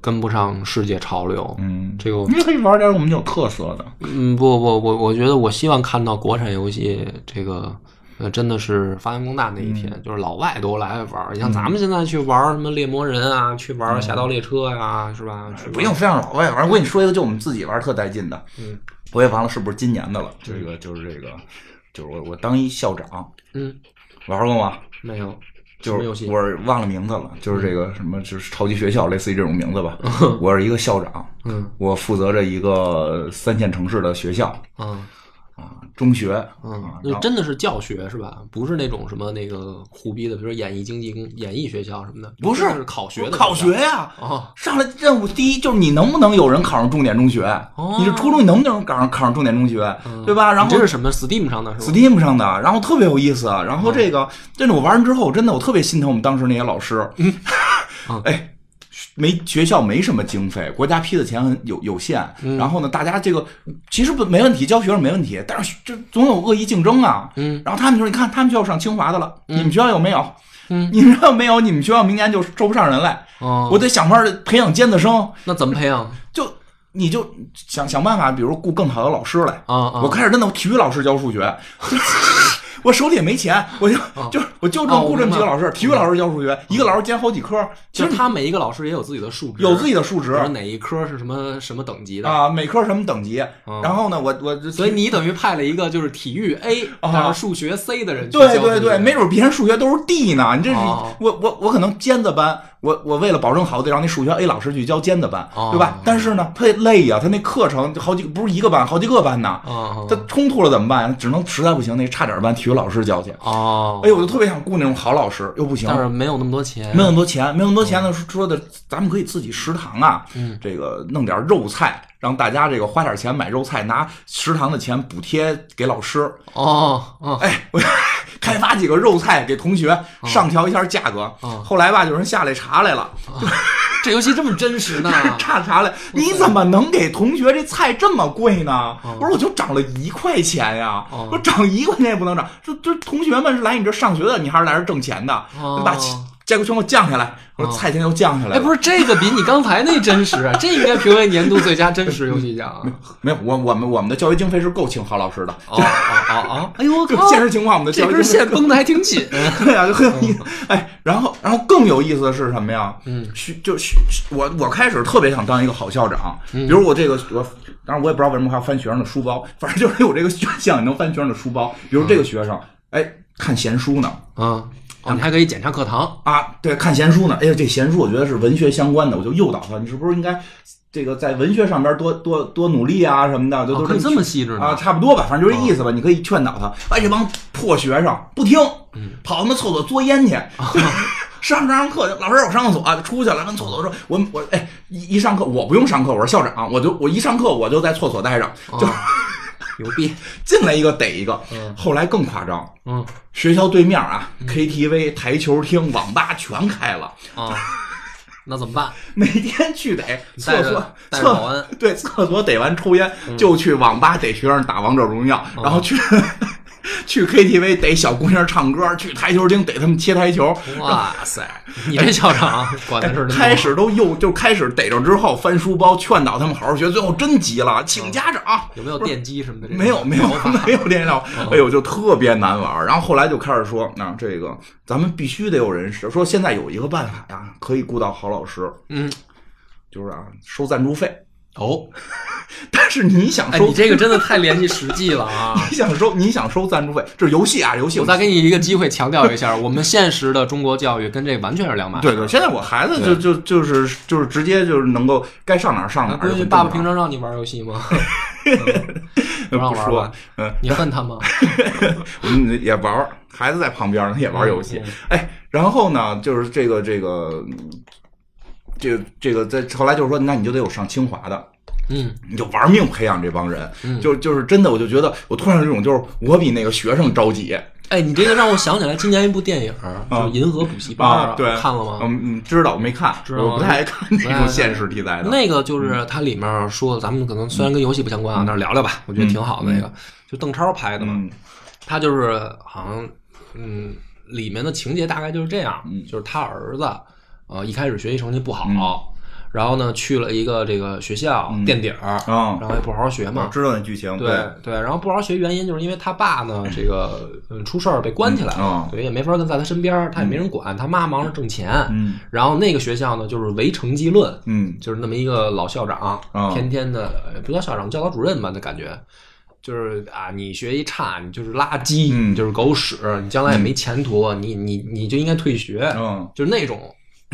跟不上世界潮流。
嗯，
这个我
你可以玩点我们有特色的。
嗯，不不，我我觉得我希望看到国产游戏这个，呃，真的是发扬光大那一天，
嗯
就是老外都来玩儿。你像咱们现在去玩儿什么猎魔人啊，去玩儿侠盗猎车呀、是吧？去玩
嗯哎不用非让老外玩，我跟你说一个，就我们自己玩儿特带劲的。
嗯，
我也忘了是不是今年的了。这个就是这个，就是我我当一校长
嗯，
玩过吗？
没有，
就
什
是
么游戏嗯
我忘了名字了，就是这个什么，就是超级学校，类似于这种名字吧。我是一个校长，
嗯
我负责着一个三线城市的学校
嗯
啊，中学啊
嗯，，
然
就
后
真的是教学是吧？不是那种什么那个胡逼的，比如说演艺经济跟演艺学校什么的，
不
是
是
是考学的
考
学
学
校
呀。
哦，
上来任务第一就是你能不能有人考上重点中学？
哦嗯
你是初中你能不能考上考上重点中学，对吧？然
你
后
这是什么 Steam 上的是吧？
Steam 上的，然后特别有意思。啊然后这个真的，我玩完之后，真的我特别心疼我们当时那些老师。
嗯
哎，没学校没什么经费，国家批的钱很有有限。
嗯
然后呢，大家这个其实不没问题，教学生没问题，但是这总有恶意竞争啊。
嗯，
然后他们就说：“你看，他们学校上清华的了，你们学校有没有？
嗯
你们学校没有，你们学校明年就收不上人来。
哦，
我得想法儿培养尖子生，
那怎么培养？
就你就想想办法，比如雇更好的老师来。
啊啊，
我开始真的我体育老师教数学， 我手里也没钱，我就就是我就这么
哦
雇这么几个老师，体育老师教数学，一个老师兼好几科，
其
其
实
实
他每一个老师也有自己的数值，
有自己的数值
嗯比如哪一科是什么什么等级的，
啊，每科什么等级。
嗯
然后呢，我我
所以你等于派了一个就是体育 A，
啊
然后数学 C 的人去
对
教
对对，没准别人数学都是 D 呢，你这是
哦
我我我可能尖子班，我我为了保证好，我得让那数学 A 老师去教尖子班，对吧
哦？
但是呢，他也累呀，他那课程好几不是一个班，好几个班呢，
啊
他冲突了怎么办？只能实在不行，那差点班体育老师教去。
哦
哎，呦，我就特别想雇那种好老师，又不行，
但是没有那么多钱，
没有那么多钱，没有那么多钱呢，说说的咱们可以自己食堂啊，
嗯
这个弄点肉菜，让大家这个花点钱买肉菜，拿食堂的钱补贴给老师。
哦哦
哎，我 开发几个肉菜给同学上调一下价格。
嗯
后来吧，有人下来查来了，
这游戏这么真 实呢？
查查来，你怎么能给同学这菜这么贵呢？我说我就涨了一块钱呀，
哦
我涨一块钱也不能涨，这这同学们是来你这上学的，你还是来这挣钱的，
哦
你把价价格全给我降下来，我说菜钱都降下来
哎，
了。
不是这个比你刚才那真 实，啊，这应该评为年度最佳真实游戏奖啊。
没有，我我们我们的教育经费是够请郝老师的。
哦哦哦哦！哎呦我
就
靠，
现实情况，我们的
这
教育经
根
费
线绷得还挺 紧。
对啊，就很有意思。
嗯
哎，然后然后更有意思的是什么呀？嗯，需就需我我开始特别想当一个好校长，
嗯
比如我这个我，当然我也不知道为什么还要翻学生的书包，反正就是有这个选项，你能翻学生的书包。比如这个学生，哎，看闲书呢。
嗯，哦，你还可以检查课堂。
啊，对，看闲书呢。哎呀，这闲书我觉得是文学相关的，我就诱导他，你是不是应该这个在文学上边多多多努力啊什么的，就
哦
都
可以这么细致呢嗯
啊，差不多吧，反正就这意思吧。你可以劝导他，哎，这帮破学生不听，
嗯
跑他妈厕所作烟去。 上上课，老师我上厕所、啊出去了，跟厕所说，我我哎一一上课我不用上课，我是校长，我就我一上课我就在厕所待着，就
哦 嗯牛逼。
进来一个逮一个。后来更夸张，
嗯
学校对面啊、KTV、台球厅、网吧全开了，
啊，那怎么办？
每天去逮
带
厕
着
所
带哎着保
厕
安嗯
对厕所逮完抽烟，就去网吧逮学生打王者荣耀，然后去 去 KTV 逮小姑娘唱歌，去台球厅逮他们切台球。
哇塞，你这校长啊管的是真
哎开
多
始都又就开始逮着之后翻书包劝导他们好好学，最后真急了，请家长。
有没有电击什么的这种？
没 有没有没有电料，
嗯
哎呦，就特别难玩儿。然后后来就开始说，那、这个咱们必须得有人识。说现在有一个办法呀，可以雇到好老师，
嗯，
就是啊，收赞助费。
哦，
但是你想
哎，
收，
你这个真的太联系实际了 啊！
你想收，你想收赞助费，这是游戏啊，游戏。
我再给你一个机会强调一下，我们现实的中国教育跟这完全是两码事。
对对，现在我孩子就就就是就是直接就是能够该上哪儿上哪
啊，
儿。
闺女，
很
爸爸
正
平
常
常让你玩游戏 吗？不
呃
让
不
玩
说
吧，
嗯，
你恨他吗？
我们也玩儿，孩子在旁边呢，也 玩儿游戏
嗯。
哎，然后呢，就是这个这个这个这个，在后来就是说，那你就得有上清华的，
嗯，
你就玩命培养这帮人。
嗯
就就是真的，我就觉得我突然有一种就是我比那个学生着急
哎，你这个让我想起来今年一部电影，就是《银河补习班》
啊对，
看了吗？
嗯嗯，知道没看，
知道吗
我不太爱看那种现实题材的。
那个就是它里面说，咱们可能虽然跟游戏不相关啊，但是聊聊吧，我觉得挺好的。那个就邓超拍的嘛，
嗯
他就是好像嗯，里面的情节大概就是这样，
嗯
就是他儿子呃一开始学习成绩不好，然后呢去了一个这个学校垫底儿，
啊
然，后也不好好学
我
嘛，
知道那剧情，
对对，然后不好好学，原因就是因为他爸呢，这个嗯出事儿被关起来了
嗯，
对，也没法跟在他身边儿，他也没人管，他妈忙着挣钱。
嗯
然后那个学校呢，就是唯成绩论，
嗯
就是那么一个老校长
嗯，
天天的呃不叫校长，教导主任吧的感觉。就是啊，你学习差，你就是垃圾，
嗯
你就是狗屎，你将来也没前途，你你你就应该退学，
嗯，
就是那种。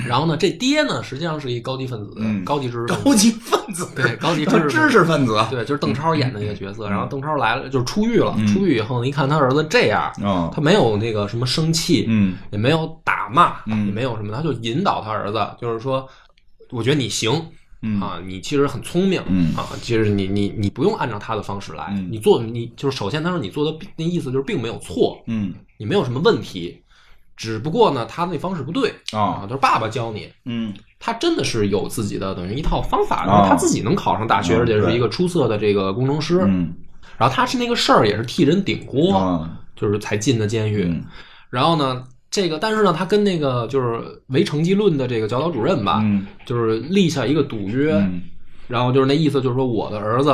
然后呢，这爹呢，实际上是一高级分子，
嗯
高级知识分子，
高级分子，
对，高级 知识分子
知识分子，
对，就是邓超演的那个角色。然后邓超来了，就是出狱了。
嗯
出狱以后呢，一看他儿子这样，
嗯
他没有那个什么生气，
嗯
也没有打骂，
嗯
也没有什么，他就引导他儿子，就是说，我觉得你行
嗯
啊，你其实很聪明
嗯
啊，其实你你你不用按照他的方式来
嗯，
你做你就是首先他说你做的并那意思就是并没有错，
嗯
你没有什么问题，只不过呢，他那方式不对
啊
啊，就是爸爸教你，
嗯
他真的是有自己的等于一套方法的，
啊
他自己能考上大学，
嗯
而且是
对
一个出色的这个工程师。
嗯
然后他是那个事儿也是替人顶锅，
啊
就是才进的监狱。
嗯
然后呢，这个但是呢，他跟那个就是唯成绩论的这个教导主任吧，
嗯
就是立下一个赌约，
嗯
然后就是那意思就是说我的儿子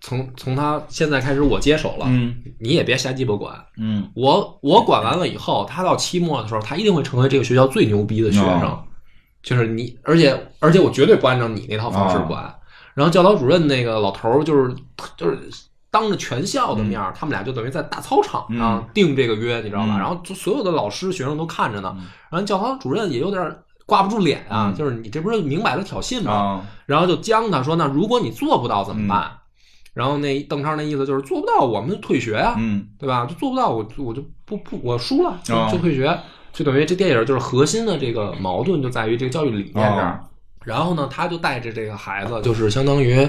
从从他现在开始我接手了，
嗯
你也别瞎鸡巴管。
嗯
我我管完了以后，他到期末的时候，他一定会成为这个学校最牛逼的学生。
哦
就是你，而且而且我绝对不按照你那套方式
哦
管。然后教导主任那个老头儿就是就是当着全校的面儿，他们俩就等于在大操场上定这个约，你知道吧？
嗯
然后就所有的老师学生都看着呢。然后教导主任也有点儿挂不住脸啊，
嗯
就是你这不是明摆着挑衅吗？
啊
然后就将他说，那如果你做不到
嗯
怎么办？然后那邓超那意思就是做不到，我们就退学啊。
嗯
对吧？就做不到，我我就不不我输了，就
哦
就退学，就等于这电影就是核心的这个矛盾就在于这个教育理念这
啊
儿。然后呢，他就带着这个孩子，就是相当于，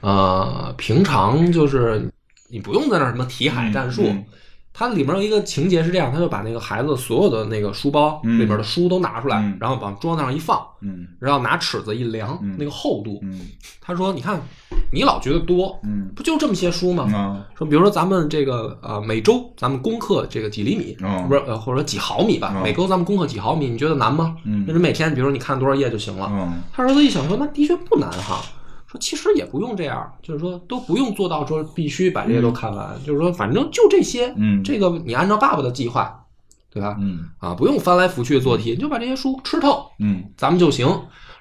呃，平常就是你不用在那儿什么题海战术。
嗯
它里面有一个情节是这样，他就把那个孩子所有的那个书包
嗯
里面的书都拿出来，
嗯
然后往桌子上一放，
嗯
然后拿尺子一量、
嗯
那个厚度。
嗯
他说：“你看，你老觉得多，
嗯
不就这么些书吗？
啊
说，比如说咱们这个呃，每周咱们攻克这个几厘米，
哦
不是呃，或者几毫米吧，
哦
每周咱们攻克几毫米，你觉得难吗？
嗯
就是每天，比如说你看多少页就行了。
嗯
他儿子一想说，那的确不难哈。说其实也不用这样，就是说都不用做到说必须把这些都看完，就是说反正就这些，
嗯
这个你按照爸爸的计划，对吧？
嗯
啊，不用翻来覆去做题，你就把这些书吃透，
嗯
咱们就行。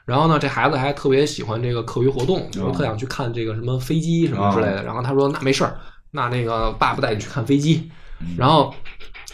然后呢，这孩子还特别喜欢这个课余活动，就是特想去看这个什么飞机什么之类的。然后他说：“那没事儿，那那个爸爸带你去看飞机。”然后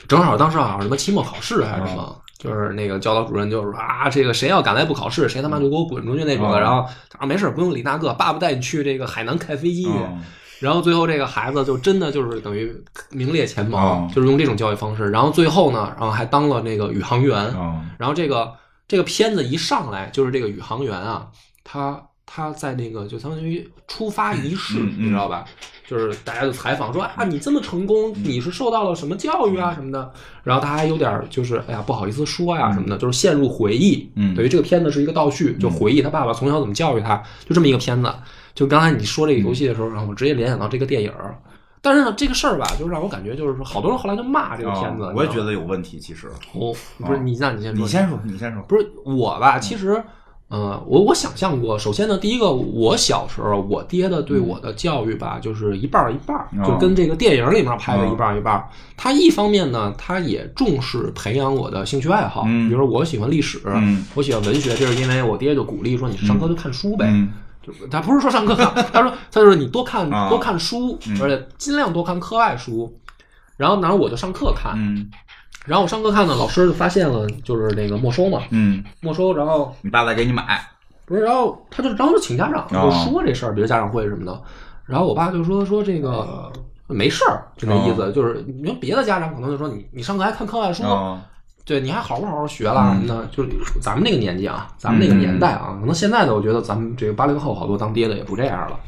正好当时好像什么期末考试还是什么，就是那个教导主任就说：“啊，这个谁要敢来不考试，谁他妈就给我滚出去那种的。”
嗯
然后他说：“没事儿，不用理那个，爸爸带你去这个海南看飞机去。
嗯
然后最后这个孩子就真的就是等于名列前茅，
哦
就是用这种教育方式。然后最后呢，然后还当了那个宇航员。
啊
然后这个这个片子一上来就是这个宇航员啊，他他在那个就相当于出发仪式，
嗯嗯
你知道吧？就是大家就采访说啊，你这么成功，
嗯
你是受到了什么教育啊什么的？然后他还有点儿就是哎呀不好意思说呀、什么的，就是陷入回忆。
嗯
等于这个片子是一个倒叙，就回忆他爸爸从小怎么教育他，就这么一个片子。就刚才你说这个游戏的
嗯
时候，然后我直接联想到这个电影儿。但是呢，这个事儿吧，就让我感觉就是说，好多人后来就骂这个片子。
哦我也觉
得，
得有问题，其实
哦，不是你，那你先说，
你先说，你先说，
不是我
嗯
吧？其实，呃，我我想象过，首先呢，第一个，我小时候我爹的对我的教育吧，就是一半儿一半儿，
嗯哦
就跟这个电影里面拍的一半儿一半儿。他一方面呢，他也重视培养我的兴趣爱好，
嗯
比如说我喜欢历史，
嗯
我喜欢文学，这是因为我爹就鼓励说你上课就看书呗。
嗯
就他不是说上课好，他说他就是你多看
啊
多看书，而且尽量多看课外书。然后，然后我就上课看，
嗯
然后我上课看呢，老师就发现了，就是那个没收嘛，
嗯，
没收，然后
你爸再给你买，
不是，然后他就然后就请家长，
哦
就说这事儿，比如家长会什么的。然后我爸就说说这个没事儿，就那意思，就是你说别的家长可能就说你你上课还看课外书，
哦，
对，你还好不好好学啦什么的。就是咱们那个年纪啊，咱们那个年代啊，可能现在的我觉得咱们这个八零后好多当爹的也不这样了，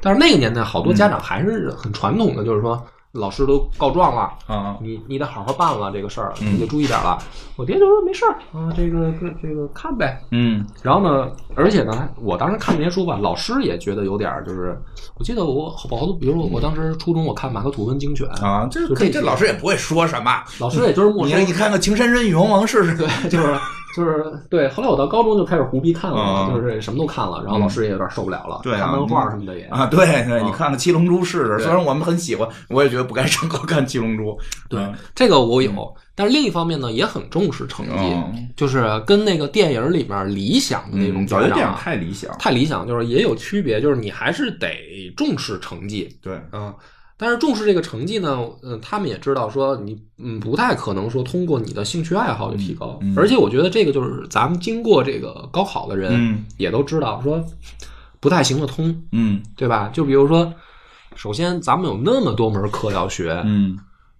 但是那个年代好多家长还是很传统的，就是说老师都告状了。
啊，
你你得好好办了这个事儿，
嗯
你得注意点了。我爹就说没事儿啊，这个这这个看呗，
嗯
然后呢，而且呢，我当时看这些书吧，老师也觉得有点儿就是，我记得我好多，比如说我当时初中我看《马克吐温精选》，
啊，这
就
可以，
这
这
些
老师也不会说什么。
老师也就是没
你
收，
看，你看看《情深深雨蒙蒙》试试。
对， 就是就是对。后来我到高中就开始胡逼看了，
嗯
就是什么都看了，然后老师也有点受不了了，
对啊
看漫画什么的也。
啊，对对，
啊
你看看《七龙珠》试试。
对
虽然我们很喜欢，我也觉得不该上课看《七龙珠》。
对
嗯，
这个我有，但是另一方面呢，也很重视成绩
嗯，
就是跟那个电影里面理想的那种
嗯，早就
家
这
长
样
啊
太理想。
太理想，就是也有区别，就是你还是得重视成绩，
对，
啊。但是重视这个成绩呢，嗯、他们也知道说你嗯不太可能说通过你的兴趣爱好就提高，
嗯嗯
而且我觉得这个就是咱们经过这个高考的人
嗯
也都知道说不太行得通，
嗯
对吧？就比如说，首先咱们有那么多门课要学，
嗯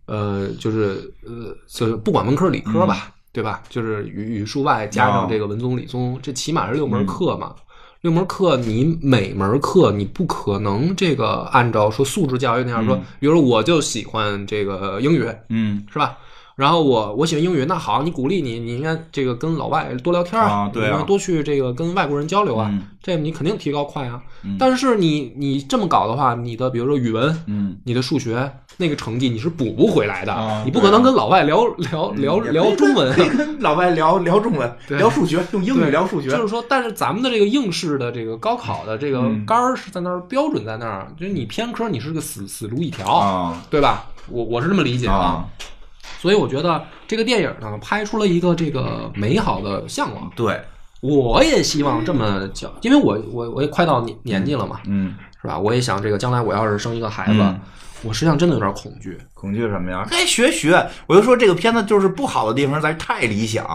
呃，就是呃，就是不管文科理科
嗯
吧，对吧？就是语语数外加上这个文综理
哦
综，这起码是六门课嘛。
嗯
六门课，你每门课你不可能这个按照说素质教育那样说，比如说我就喜欢这个英语，
嗯
是吧？然后我我喜欢英语，那好，你鼓励你，你应该这个跟老外多聊天
啊对啊
你应该多去这个跟外国人交流啊，
嗯
这你肯定提高快啊。
嗯
但是你你这么搞的话，你的比如说语文，
嗯，
你的数学那个成绩你是补不回来的，
啊嗯
你不可能跟老外聊聊聊聊中文。啊
可以跟老外聊聊中文，
对
聊数学，用英
对
语聊数学
就。是说，但是咱们的这个应试的这个高考的这个
嗯
杆儿是在那儿，标准在那儿，就是你偏科你是个死死路一条，
啊
对吧？我我是这么理解的，
啊，
所以我觉得这个电影呢，拍出了一个这个美好的向往。
哦对，
我也希望这么讲，因为我我我也快到年年纪了嘛，
嗯，
是吧？我也想这个将来我要是生一个孩子，
嗯
我实际上真的有点恐惧。
恐惧什么呀？该学学。我就说这个片子就是不好的地方在于太理想，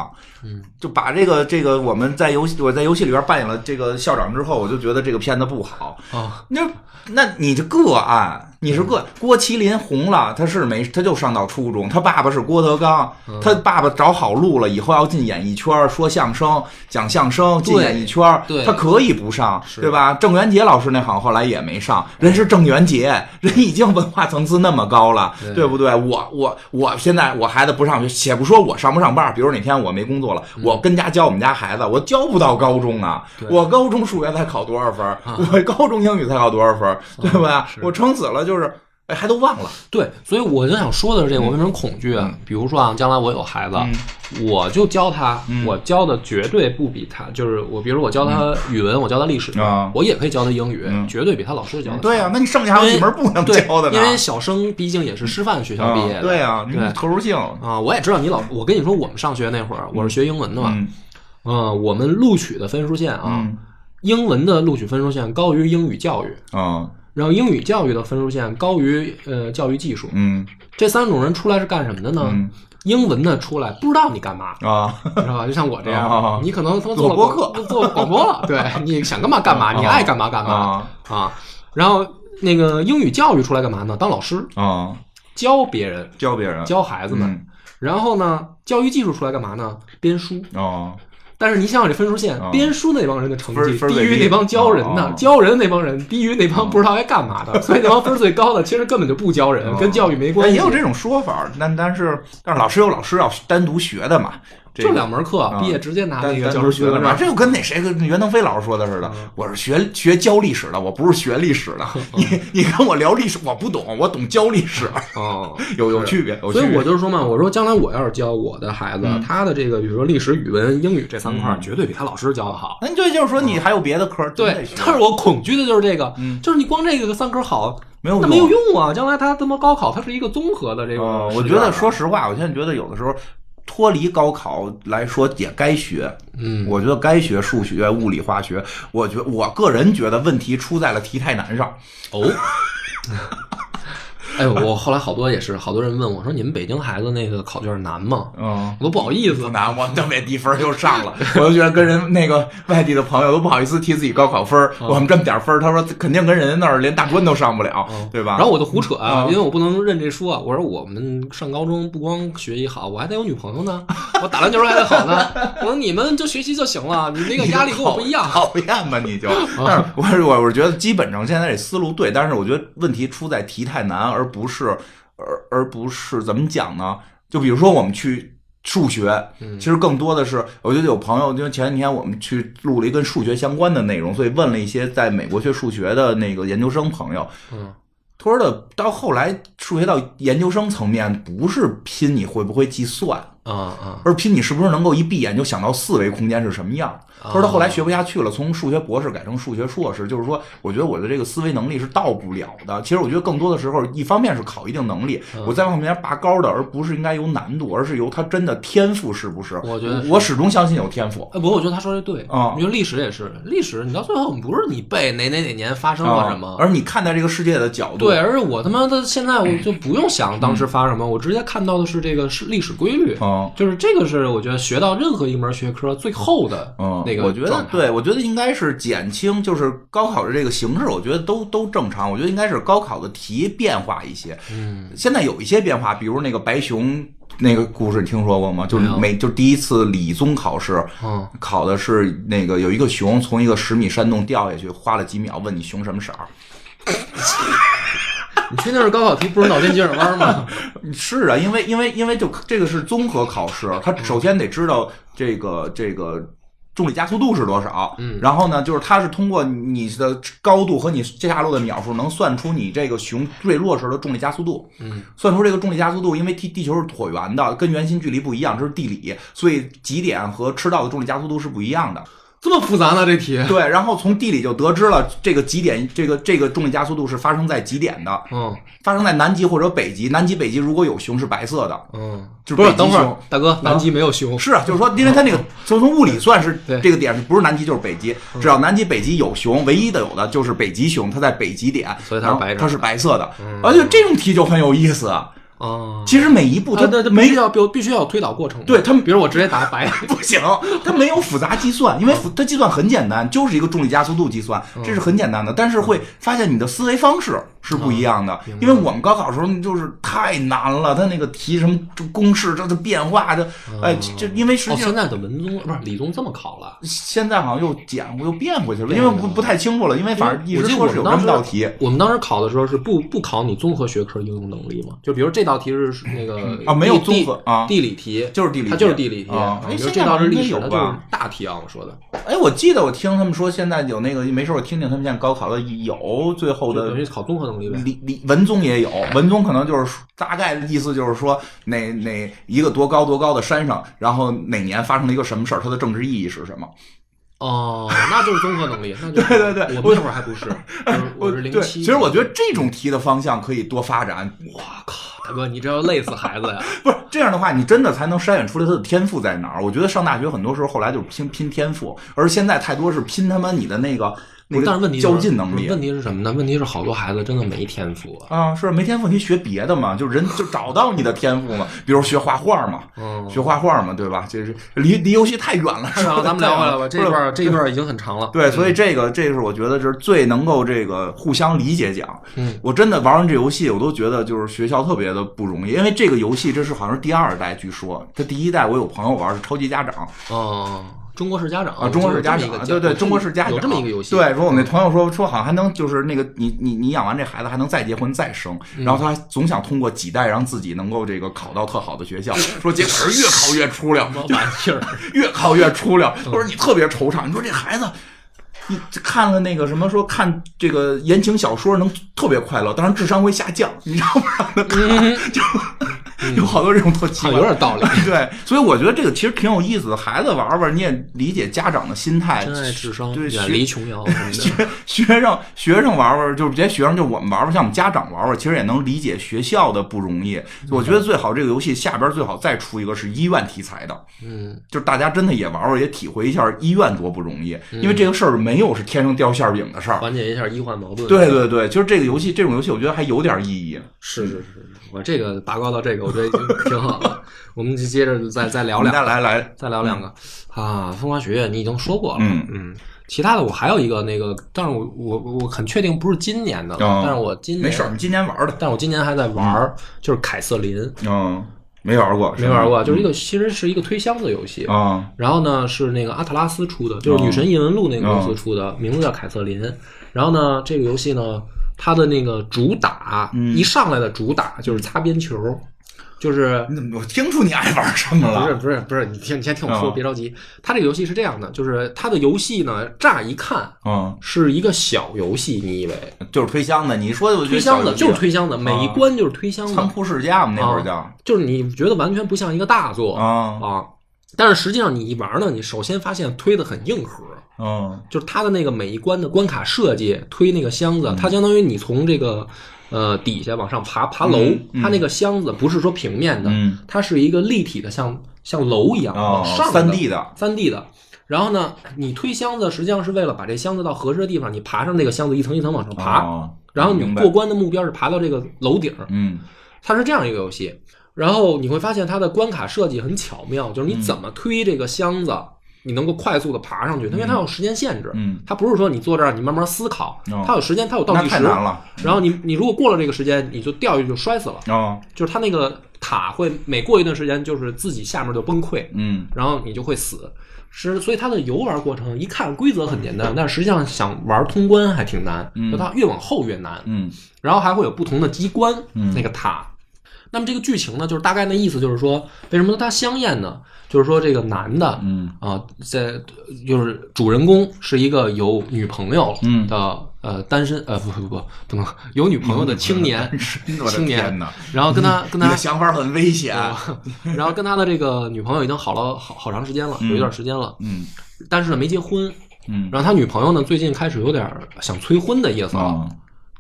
嗯，
就把这个这个我们在游戏我在游戏里边扮演了这个校长之后，我就觉得这个片子不好。
啊，
那那你这个案，你
嗯
是个郭麒麟红了，他是没他就上到初中，他爸爸是郭德纲，
嗯
他爸爸找好路了，以后要进演艺圈儿，说相声，讲相声，进
对
演艺圈儿
对，
他可以不上，对吧？郑渊洁老师那行后来也没上，人是郑渊洁，人已经文化层次那么高了，
对
对不对？我我我现在我孩子不上学，且不说我上不上班儿，比如哪天我没工作了，我跟家教我们家孩子，我教不到高中啊，
嗯对啊
我高中数学才考多少分儿，我高中英语才考多少分儿，对吧？我撑死了就是，哎，还都忘了，
对，所以我就想说的是这
嗯
个，我为什么恐惧啊？比如说啊，将来我有孩子，我就教他，
嗯
我教的绝对不比他，就是我，比如我教他语文，我教他历史
嗯啊，
我也可以教他英语，
嗯
绝对比他老师教的。
对啊，那你剩下还有几门不能
对
教的呢？
因为小生毕竟也是师范学校毕业的。
啊对啊，你
对
特殊性，
啊，我也知道你老，我跟你说，我们上学那会儿，我是学英文的嘛，
嗯
嗯，我们录取的分数线啊，
嗯
英文的录取分数线高于英语教育，
啊
然后英语教育的分数线高于呃教育技术，
嗯
这三种人出来是干什么的呢？
嗯
英文的出来不知道你 干嘛，
啊，
你知道吧？就像我这样，
啊
你可能他妈做
做
了
播
客，做广播 了，对你想干嘛干
啊
嘛，你爱干嘛干嘛啊。然后那个英语教育出来干嘛呢？当老师
啊，
教别人，
教别人，
教孩子们。
嗯
然后呢，教育技术出来干嘛呢？编书。
哦，
但是你想想这分数线，
啊
编书那帮人的成绩
分分
低
最低
于那帮教人的
啊，
教人那帮人低于那
哦
帮不知道该干嘛 的，所以那帮分儿最高的其实根本就不教人，
啊
跟教育没关
但
系。
也有这种说法，但但是但是老师有老师要单独学的嘛，这
就
个
两门课，毕业直接拿那
啊单
个
单
教师
独
学
的
位
嘛，这就跟那谁跟袁腾飞老师说的似的，
嗯
我是学学教历史的，我不是学历史的。 你你跟我聊历史，我不懂，我懂教历 史，
哦。
有有区别，有区
所
别。
以我就是说嘛，我说将来我要是教我的孩子，
嗯
他的这个比如说历史、语文、英语这三块儿，绝对比他老师教的好。
那这就是说你还有别的科儿，真
对
得，学
但是我恐惧的就是这个，
嗯哦
就是你光这个三科好，
没有
那没有用啊！将来他他妈高考，它是一个综合的这个
呃
试卷啊。
我觉得，说实话，我现在觉得有的时候脱离高考来说也该学，
嗯，
我觉得该学数学、物理、化学。我觉我个人觉得问题出在了题太难上。
哦。哎，我后来好多也是，好多人问我说：“你们北京孩子那个考卷难吗
嗯？”，
我都不好意
不
思。
难，我特别低分就上了。我就觉得跟人那个外地的朋友都不好意思提自己高考分儿，
哦
我们这么点儿分儿，他说肯定跟人家那儿连大专都上不了，对吧？
哦然后我就胡扯啊，
嗯
因为我不能认这说啊。我说我们上高中不光学习好，我还得有女朋友呢， 我打篮球还得好呢。我说你们就学习就行了，你那个压力跟我不一样。
讨厌吧 你就。但
啊
是我是我我是觉得基本上现在这思路对，但是我觉得问题出在题太难，而不是而而不是怎么讲呢？就比如说我们去。数学
嗯
其实更多的是，我觉得有朋友，因为前几天我们去录了一跟数学相关的内容，所以问了一些在美国学数学的那个研究生朋友，
嗯，
他说的到后来数学到研究生层面，不是拼你会不会计算，
啊啊，
而拼你是不是能够一闭眼就想到四维空间是什么样。他说他
哦
后来
嗯
学不下去了，从数学博士改成数学硕士，就是说，我觉得我的这个思维能力是到不了的。其实我觉得更多的时候，一方面是考一定能力，
嗯
我再往边拔高的，而不是应该由难度，而是由他真的天赋是不是？
我觉得是
我始终相信有天赋。
哎，不过我觉得他说的对
啊
因为历史也是历史，你到最后不是你背哪哪哪年发生了什么
啊，而你看待这个世界的角度，
对，而是我他妈的现在我就不用想当时发生什么，我直接看到的是这个是历史规律，
嗯，
就是这个是我觉得学到任何一门学科最后的
嗯，
那个
我觉得
状态，
对，我觉得应该是减轻，就是高考的这个形式，我觉得都都正常。我觉得应该是高考的题变化一些。
嗯，
现在有一些变化，比如那个白熊那个故事，你听说过吗？就是
没有
每就是第一次理综考试。
嗯，
考的是那个有一个熊从一个十米山洞掉下去，花了几秒问你熊什么色儿？
你确定是高考题不是脑筋急转弯吗？
是啊，因为因为因为就这个是综合考试，他首先得知道这个这个重力加速度是多少，嗯，然后呢，就是它是通过你的高度和你下落的秒数，能算出你这个熊坠落时的重力加速度，
嗯，
算出这个重力加速度，因为地地球是椭圆的，跟圆心距离不一样，这是地理，所以极点和赤道的重力加速度是不一样的，
这么复杂呢这题？
对，然后从地理就得知了这个极点，这个这个重力加速度是发生在极点的，
嗯
发生在南极或者北极，南极北极如果有熊是白色的。
嗯，
就是
不是
北极
等会儿
熊
大哥，南极没有熊，
是啊，就是说，因为它那个从从物理算是
嗯对嗯
这个点是不是南极就是北极，只要南极、北极有熊，唯一的有的就是北极熊，它在北极点，
所以它
它
是白色的嗯
它是白色的，而且这种题就很有意思。
啊，
其实每一步它
对对，必
没
须要必必须要有推导过程嘛，
对他们
比如我直接打 白，
不行，它没有复杂计算，因为复它计算很简单，就是一个重力加速度计算，
嗯
这是很简单的。但是会发现你的思维方式是不一样的，
嗯
因为我们高考时候就是太难了，它那个题什么公式，这这变化，这
嗯
哎，这这因为实
哦，
际上
现在的文综不是理综这么考了。
现在好像又减过又变回去了，因为不不太清楚了，因为反正一
我
直
记得
说
我
是有
们
这么
当时
道题。
我们当时考的时候是不不考你综合学科应用能力嘛？就比如这道题是那个
啊没有
地
综合
地
啊
地理题，
就是地理题
它就是地理题。
啊
啊
哎
比如
现
这
在
道是
应该
历史
有
的，就是
吧
大题啊，我说的，
哎，我记得我听他们说，现在有那个没事，我听听他们现在高考的有最后
就等
的
于考综合能力呗。
理理文综也有，文综可能就是大概的意思就是说哪哪一个多高多高的山上，然后哪年发生了一个什么事儿，它的政治意义是什么？
哦，那就是综合能力，那就是
对对对
我们那会儿还 不是，就是我是
对，
零七。
其
哦
实我觉得这种题的方向可以多发展，
大哥，你这要累死孩子呀！
不是这样的话，你真的才能筛选出来他的天赋在哪儿。我觉得上大学很多时候后来就是拼拼天赋，而现在太多是拼他妈你的那个 那
不是但是问
个
题
较
就是
劲能
不是
力
问题是什么呢？问题是好多孩子真的没天赋啊。
啊。是没天赋你学别的嘛，就人就找到你的天赋嘛，比如学画画嘛，
嗯，
学画画嘛，对吧？这是离离游戏太远 了，
太远了，咱们聊回 来吧。这一
不是
段这一段已经很长了。
啊对，所以这个这是我觉得就是最能够这个互相理解讲。
嗯，
我真的玩完这游戏，我都觉得就是学校特别的不容易，因为这个游戏这是好像是第二代，据说它第一代我有朋友玩是超级家长，
哦，中国式家长
啊，中国式家
有这么一
长，
个
对
哦
对，中国式家长
有这么一个游戏。嗯
对，说我们那朋友说说好像还能就是那个你你你养完这孩子还能再结婚再生，
嗯
然后他总想通过几代让自己能够这个考到特好的学校，说结果是越考越出溜，
什么玩意儿？
越考越出溜。
嗯
他说你特别惆怅，你说这孩子。你看了那个什么说看这个 嗯 言情小说能特别快乐，当然智商会下降，你知道吗？让他看就 有好多这种特奇
嗯好
怪，
有点 道理。
对，所以我觉得这个其实挺有意思的，孩子玩玩，你也理解家长的心态，
珍爱智商，
对
远
学
离琼瑶什么的。
学学生学生玩玩，就是别学生就我们玩玩，像我们家长玩玩，其实也能理解学校的不容易。我觉得最好这个游戏下边最好再出一个是医院题材的，
嗯，
就是大家真的也玩玩，也体会一下医院多不容易，
嗯
因为这个事儿没有是天上掉馅儿饼的事儿。
缓解一下医患矛盾。
对对对，就是这个游戏，这种游戏我觉得还有点意义。
是是是是，我这个拔高到这个，我觉得已经挺好了。我们就接着再再聊
我们
两
再
个，
来来，
再聊两个啊。风花雪月你已经说过了，
嗯
嗯。其他的我还有一个那个，但是我我我很确定不是今年的了，
哦
但是我今年
没事儿，，你今年玩的，
但是我今年还在玩儿，就是凯瑟琳，
嗯，没玩过，
没玩过，啊就是一个其实是一个推箱子游戏，
啊，
然后呢，是那个阿特拉斯出的，
哦
就是《女神异闻录》那个公司出的，名字叫凯瑟琳。然后呢，这个游戏呢，它的那个主打、
嗯
一上来的主打就是擦边球，就是
你怎么我听出你爱玩什么
嗯不是
了？
不是不是，你听你先听我说，
嗯
别着急。它这个游戏是这样的，就是它的游戏呢，乍一看
嗯，
是一个小游戏，你以为
就是推箱子，你说的我觉
推
得
箱子
小
就
游戏
是
啊嗯
推箱子，每一关就是推箱子，
仓库世家，我们那会儿叫
就是你觉得完全不像一个大作
啊，
啊。但是实际上你一玩呢，你首先发现推的很硬核。
嗯
就是它的那个每一关的关卡设计，推那个箱
嗯
子，它相当于你从这个呃底下往上爬爬楼，
嗯嗯
它那个箱子不是说平面的，
嗯，
它是一个立体的，像像楼一样
哦
往上
三
的
D 的，
三 D 的。然后呢，你推箱子实际上是为了把这箱子到合适的地方，你爬上这个箱子一层一层往上爬，
哦
然后你
明白
过关的目标是爬到这个楼顶儿，
嗯
它是这样一个游戏。然后你会发现它的关卡设计很巧妙，就是你怎么推这个箱子，你能够快速的爬上去，因为它有时间限制。
嗯，
它不是说你坐这儿你慢慢思考，
哦
它有时间，它有倒
那
计
太
时。
难了，嗯
然后你你如果过了这个时间，你就掉下去就摔死了。
哦，
就是它那个塔会每过一段时间，就是自己下面就崩溃，
嗯
然后你就会死。是，所以它的游玩过程一看规则很简单，但实际上想玩通关还挺难，就它越往后越难。
嗯
然后还会有不同的机关，
嗯
那个塔。那么这个剧情呢，就是大概那意思，就是说为什么它香艳呢？就是说这个男的，
嗯
啊，在就是主人公是一个有女朋友
嗯
的呃单身呃不不不不能有女朋友的青 年
我的
青
天
年
哪，
然后跟他跟
你
他
的想法很危险，
啊 然后跟他的这个女朋友已经好了好好长时间了，有一段时间了，
嗯
但是呢没结婚。
嗯
然后他女朋友呢最近开始有点想催婚的意思了，
啊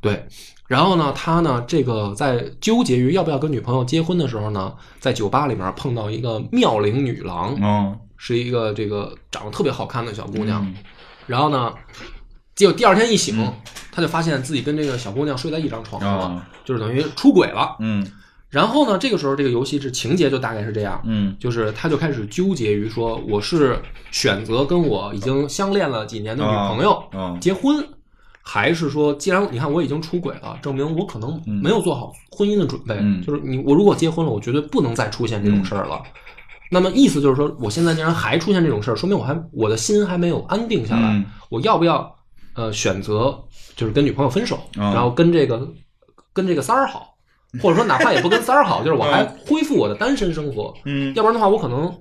对，然后呢，他呢，这个在纠结于要不要跟女朋友结婚的时候呢，在酒吧里面碰到一个妙龄女郎，
嗯
是一个这个长得特别好看的小姑娘。
嗯
然后呢，结果第二天一醒，他就发现自己跟这个小姑娘睡在一张床上了，
啊
就是等于出轨了。
嗯
然后呢，这个时候这个游戏是情节就大概是这样，
嗯
就是他就开始纠结于说，我是选择跟我已经相恋了几年的女朋友，
嗯
结婚，还是说，既然你看我已经出轨了，证明我可能没有做好婚姻的准备。
嗯
就是你，我如果结婚了，我绝对不能再出现这种事儿了。那么意思就是说，我现在竟然还出现这种事儿，说明我还我的心还没有安定下来。
嗯
我要不要呃选择就是跟女朋友分手，
嗯
然后跟这个跟这个三儿好，或者说哪怕也不跟三儿好，就是我
啊
还恢复我的单身生活。
嗯，
要不然的话，我可能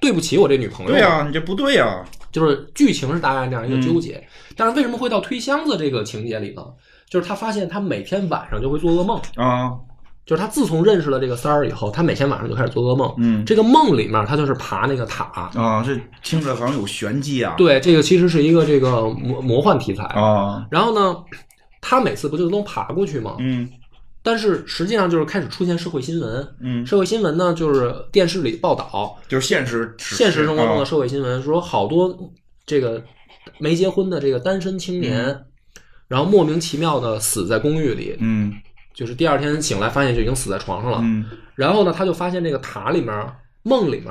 对不起我这女朋友。
对啊呀，你这不对呀，
就是剧情是大概
嗯
这样一个纠结。但是为什么会到推箱子这个情节里呢？就是他发现他每天晚上就会做噩梦，
啊
就是他自从认识了这个三儿以后，他每天晚上就开始做噩梦。
嗯
这个梦里面他就是爬那个塔。
啊，这听着好像有玄机啊，
对，这个其实是一个这个魔魔幻题材。
啊，
然后呢，他每次不就都能爬过去吗？
嗯
但是实际上就是开始出现社会新闻。
嗯，
社会新闻呢，就是电视里报道，
就是现实实
现实生活中的
啊
社会新闻，说好多这个没结婚的这个单身青年，然后莫名其妙的死在公寓里，
嗯
就是第二天醒来发现就已经死在床上了。
嗯
然后呢，他就发现这个塔里面梦里面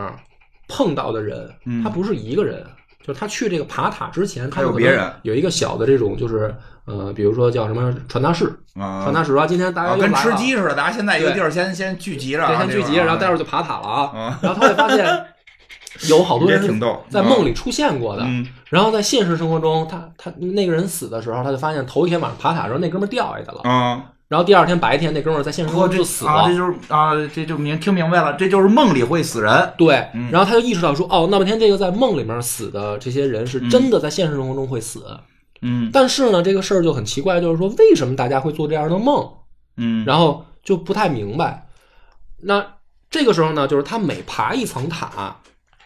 碰到的人，
嗯
他不是一个人。就是他去这个爬塔之前，
还
他
有
可能
别人
有一个小的这种，就是呃，比如说叫什么传达室，
啊
传，达室说啊，今天大家
啊
又来
跟
了，
吃鸡似的，大家先在一个
对
地儿先先聚集着
对，
啊，
先聚集，
这个啊
然后待会儿就爬塔了啊
啊。
然后他会发现有好多人
你这挺逗
在梦里出现过的，
嗯
然后在现实生活中，他他那个人死的时候，他就发现头一天晚上爬塔的时候那哥们儿掉下去了，
啊。
然后第二天白天那哥们儿在现实生活
哦，
中
这
就死
啊，
了
这。就是啊，这就明听明白了，这就是梦里会死人。
对，然后他就意识到说，哦，那么天这个在梦里面死的这些人是真的在现实生活中会死，
嗯
但是呢，这个事儿就很奇怪，就是说为什么大家会做这样的梦？
嗯
然后就不太明白。那这个时候呢，就是他每爬一层塔，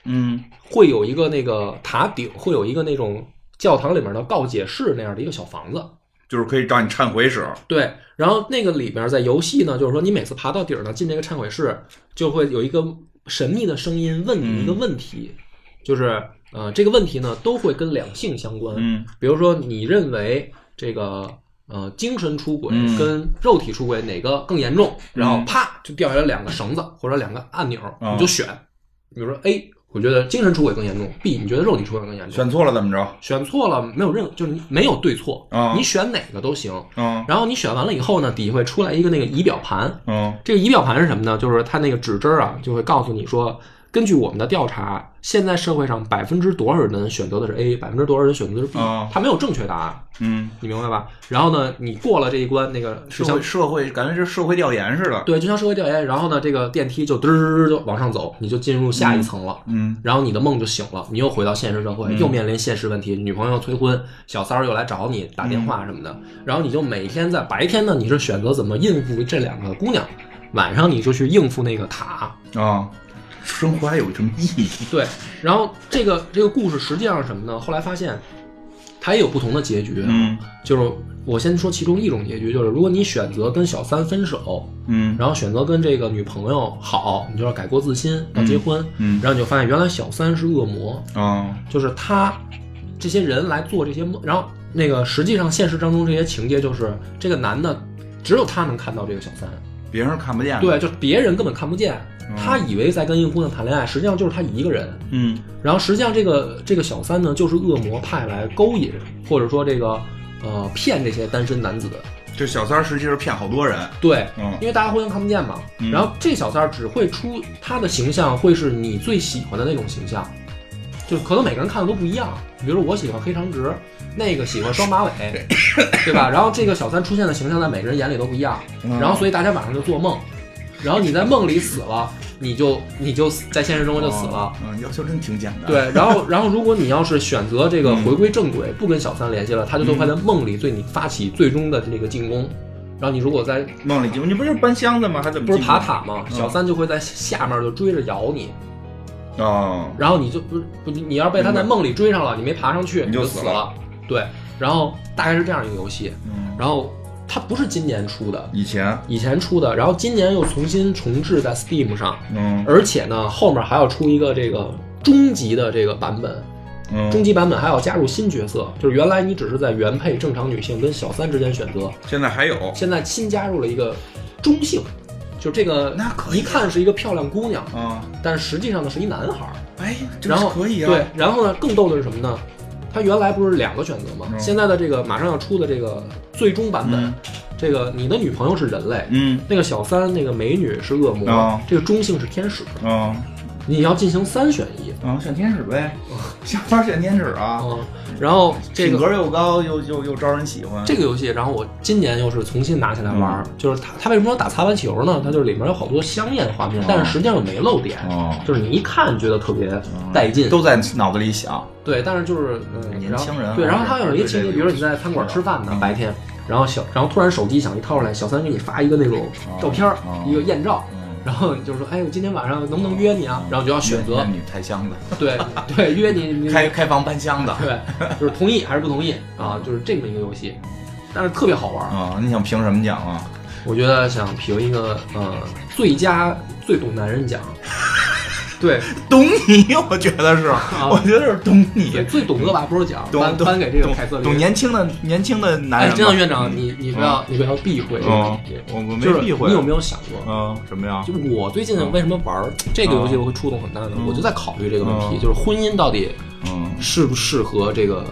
嗯
会有一个那个塔顶会有一个那种教堂里面的告解室那样的一个小房子。
就是可以让你忏悔使，
对，然后那个里边在游戏呢，就是说你每次爬到底儿呢，进这个忏悔室，就会有一个神秘的声音问你
嗯
一个问题，就是呃，这个问题呢都会跟两性相关，
嗯
比如说你认为这个呃精神出轨
嗯
跟肉体出轨哪个更严重，然后
嗯
啪就掉下来两个绳子或者两个按钮，
哦
你就选，比如说 A，我觉得精神出轨更严重，B 你觉得肉体出轨更严重，
选错了怎么着？
选错了没有任就是你没有对错，
哦
你选哪个都行。
嗯
然后你选完了以后呢，底下会出来一个那个仪表盘。
嗯
这个仪表盘是什么呢？就是它那个指针儿啊，就会告诉你说，根据我们的调查，现在社会上百分之多少人选择的是 A，百分之多少人选择的是 B，、
哦
它没有正确答案，
嗯，
你明白吧？然后呢，你过了这一关，那个就
社
像
会社会感觉是社会调研似的，
对，就像社会调研，然后呢，这个电梯就嘚儿就往上走，你就进入下一层了。
嗯
然后你的梦就醒了，你又回到现实社会，
嗯
又面临现实问题，女朋友催婚，小三儿又来找你打电话什么的，然后你就每天在白天呢，你是选择怎么应付这两个姑娘，晚上你就去应付那个塔，
啊，生活还有什么意义？
对，然后这个这个故事实际上是什么呢？后来发现它也有不同的结局，
嗯
就是我先说其中一种结局，就是如果你选择跟小三分手，
嗯
然后选择跟这个女朋友好，你就要改过自新，要结婚，
嗯
然后你就发现原来小三是恶魔，
啊
就是他这些人来做这些梦，然后那个实际上现实当中这些情节就是这个男的只有他能看到这个小三，
别人看不见，
对，，就别人根本看不见
嗯，
他以为在跟一个姑娘谈恋爱，实际上就是他一个人。
嗯
然后实际上这个这个小三呢，就是恶魔派来勾引或者说这个呃骗这些单身男子，
这小三儿实际是骗好多人，
对。
嗯
因为大家互相看不见嘛，
嗯
然后这小三儿只会出他的形象会是你最喜欢的那种形象，就是可能每个人看的都不一样。比如说我喜欢黑长直，那个喜欢双马尾，对吧？然后这个小三出现的形象在每个人眼里都不一样，
嗯
然后所以大家晚上就做梦，然后你在梦里死了，你就你就在现实中就死了。，
嗯，要求真挺简单，，
对，然后然后如果你要是选择这个
嗯
回归正轨，不跟小三联系了，他就都会在梦里对你发起最终的这个进攻。然后你如果在
梦里你不是搬箱子吗？还怎么
不是
进去
爬塔吗？
嗯
小三就会在下面就追着咬你，
哦，
然后你就不不你要是被他在
明
梦里追上了，你没爬上去
你就
就
死
死了。对，然后大概是这样一个游戏，
嗯，
然后它不是今年出的，
以前，
以前出的，然后今年又重新重置在 Steam 上，
嗯
而且呢后面还要出一个这个终极的这个版本，
嗯，
终极版本还要加入新角色，就是原来你只是在原配正常女性跟小三之间选择，
现在还有，
现在新加入了一个中性，就这个
那可以
一看是一个漂亮姑娘，
啊，
但实际上呢是一男孩儿。
哎，这
然后
可以啊，
对，，然后呢更逗的是什么呢？他原来不是两个选择吗？
嗯
现在的这个马上要出的这个最终版本，
嗯
这个你的女朋友是人类，
嗯
那个小三那个美女是恶魔，
哦
这个中性是天使，
嗯。
你要进行三选一
啊，选天使呗， 想法选天使
啊、
啊，
然后这
哦品
个
格又高又又又招人喜欢。
这个游戏，然后我今年又是重新拿起来玩儿，
嗯
就是它它为什么说打擦边球呢？它就是里面有好多香艳画
嗯
面，但是实际上又没露点。
哦，
就是你一看觉得特别
嗯
带劲，
都在脑子里想，
对，但是就是嗯，
年轻人
然后对，
还是
然后他有一个
对
情节，
这个
比如说你在餐馆吃饭
嗯
呢，白天，然后小，然后突然手机响，一掏出来，小三给你发一个那种照片儿
哦，
一个艳照，
嗯，
然后你就说，哎，我今天晚上能不能约你啊？然后就要选择
约，女开箱子，
对对，约你，你
开开房搬箱子
对，就是同意还是不同意啊？就是这么一个游戏，但是特别好玩儿。
啊！你想评什么奖啊？
我觉得想评一个呃最佳最懂男人奖， 对啊
懂你，我觉得是，我觉得是懂
对，
你，
最懂恶霸波奖
懂
颁
懂
颁给这个凯瑟
懂
琳。
年轻的年轻的嗯男
哎，
人。
真的，院长，你你不要你不要避讳这个
嗯
问题，，
我我没
就是
避讳。
你有没有想过，
嗯什么呀？
就是我最近为什么玩这个游戏会触动很大呢？我就在考虑这个问题，就是婚姻到底
嗯
适不适合这个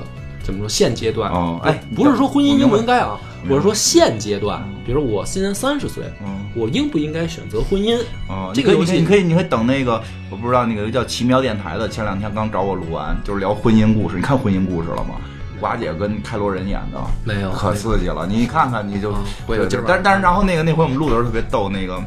怎么说现阶段？
哦哎
不不是说婚姻应不应该啊，
明白
我是说现阶段
嗯，
比如说我今年三十岁，
嗯
我应不应该选择婚姻？
哦，
这个
你
游
可以
戏
你可以你可以等那个，我不知道那个叫奇妙电台的，前两天刚找我录完，就是聊婚姻故事。你看婚姻故事了吗？寡姐跟开罗人演的。
没有，
可刺激了，你看看你就
啊回头
对
今儿晚上
但但是然后那个那回我们录的时候特别逗，那个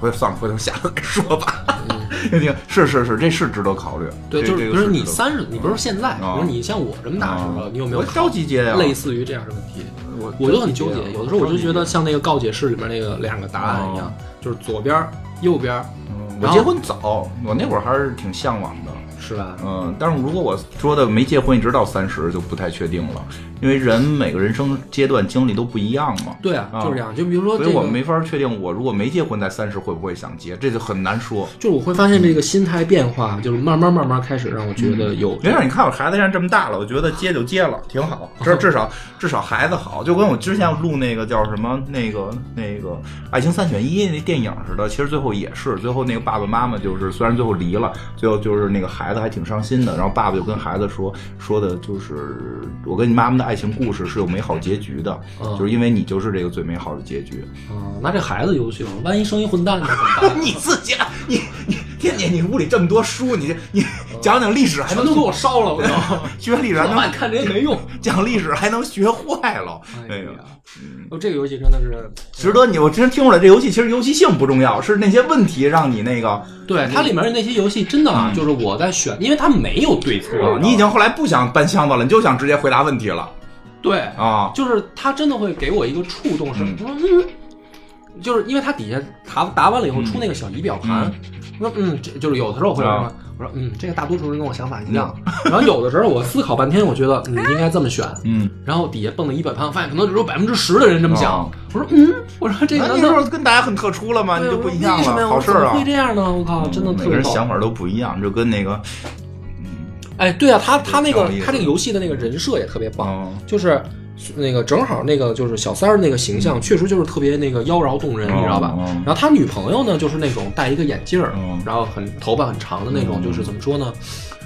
回头算了，回头下回说吧。 那个是是是，这是值得考虑。
嗯对，
这
就是
这
比
个
如说
值
你
得
三十，你不是现在，
啊
比如你像我这么大的时候，
啊
你有没有
我着急接呀？
类似于这样的问题？
我
我就很纠结，有的时候我就觉得
着急哦
像那个告解室里面那个两个答案一样，就是左边右边儿
嗯我
然后
结婚早，我那会儿还是挺向往的。
是吧？
嗯，但是如果我说的没结婚一直到三十就不太确定了，因为人每个人生阶段经历都不一样嘛。
对啊，就是这样。就比如说
哦所
这
以
个，
我没法确定，我如果没结婚在三十会不会想结，这就很难说。
就是我会发现这个心态变化，就是慢慢慢慢开始让我觉得有
嗯没事，你看我孩子现在这么大了，我觉得接就接了，挺好。至至少至少孩子好，就跟我之前录那个叫什么那个那个《爱情三选一》那电影似的。其实最后也是，最后那个爸爸妈妈就是虽然最后离了，最后就是那个孩子还挺伤心的。然后爸爸就跟孩子说说的就是我跟你妈妈的爱情故事是有美好结局的，
嗯
就是因为你就是这个最美好的结局。
啊，那这孩子优秀，万一生一混蛋呢？怎么 办
你自己，啊你你天姐，你屋里这么多书，你你
嗯
讲讲历史还
全都给我烧了，我 操！
学历史还
老
能
板看这些没 用。
讲历史还能学坏了，
哎
哎
呀
呀，
哦，这个游戏真的是，
值得你。我之前听出来，这游戏其实游戏性不重要，是那些问题让你那个
对它里面那些游戏真的啊，就是我在选，因为它没有对错
啊，，你已经后来不想搬箱子了，你就想直接回答问题了
对，
啊。
就是它真的会给我一个触动，是我说嗯，就是因为它底下答答完了以后出那个小仪表盘，我说嗯，这就是有的时候我会说
啊，
我说嗯，这个大多数人跟我想法一样，然后有的时候我思考半天，我觉得嗯应该这么选，
嗯，
然后底下蹦了仪表盘，我发现可能只有百分之十的人这么想
啊，
我说嗯，我说这个
那
难
你
道
说跟大家很特殊了吗？你
对
就
我
不
说
一样
为什么呀
了，好
我
事
怎
儿
么
啊
会。这样呢？我靠，真的特
每
别
个人
逗
想法都不一样，就跟那个
哎，对啊，他他那
有
个
道理
他这个游戏的那个人设也特别棒，
嗯
就是那个正好那个就是小三儿那个形象，确实就是特别那个妖娆动人，
嗯
你知道吧
嗯？
然后他女朋友呢，就是那种戴一个眼镜儿
嗯，
然后很头发很长的那种，就是怎么说呢？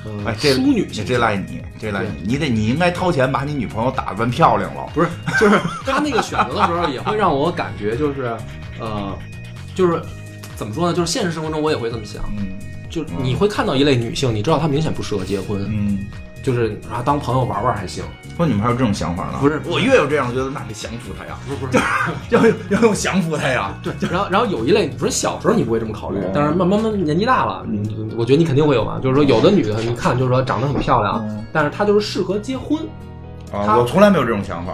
呃
哎，这
淑女
这
形
这
象。
赖你，这赖你，你得你应该掏钱把你女朋友打扮漂亮了。
不是，就是他那个选择的时候，也会让我感觉就是，呃，就是怎么说呢？就是现实生活中我也会这么想，
嗯
就是你会看到一类女性，你知道她明显不适合结婚，
嗯，
就是啊当朋友玩玩还行，
说你们还有这种想法呢？
不是
我越有这样，我觉得那得降服他呀，
不是不是。
要有要用降服他呀。
对， 然后然后有一类，你说小时候你不会这么考虑
嗯，
但是慢慢慢年纪大了，你我觉得你肯定会有吧。就是说，有的女的，你看就是说长得很漂亮
嗯，
但是她就是适合结婚。他
啊，我从来没有这种想法。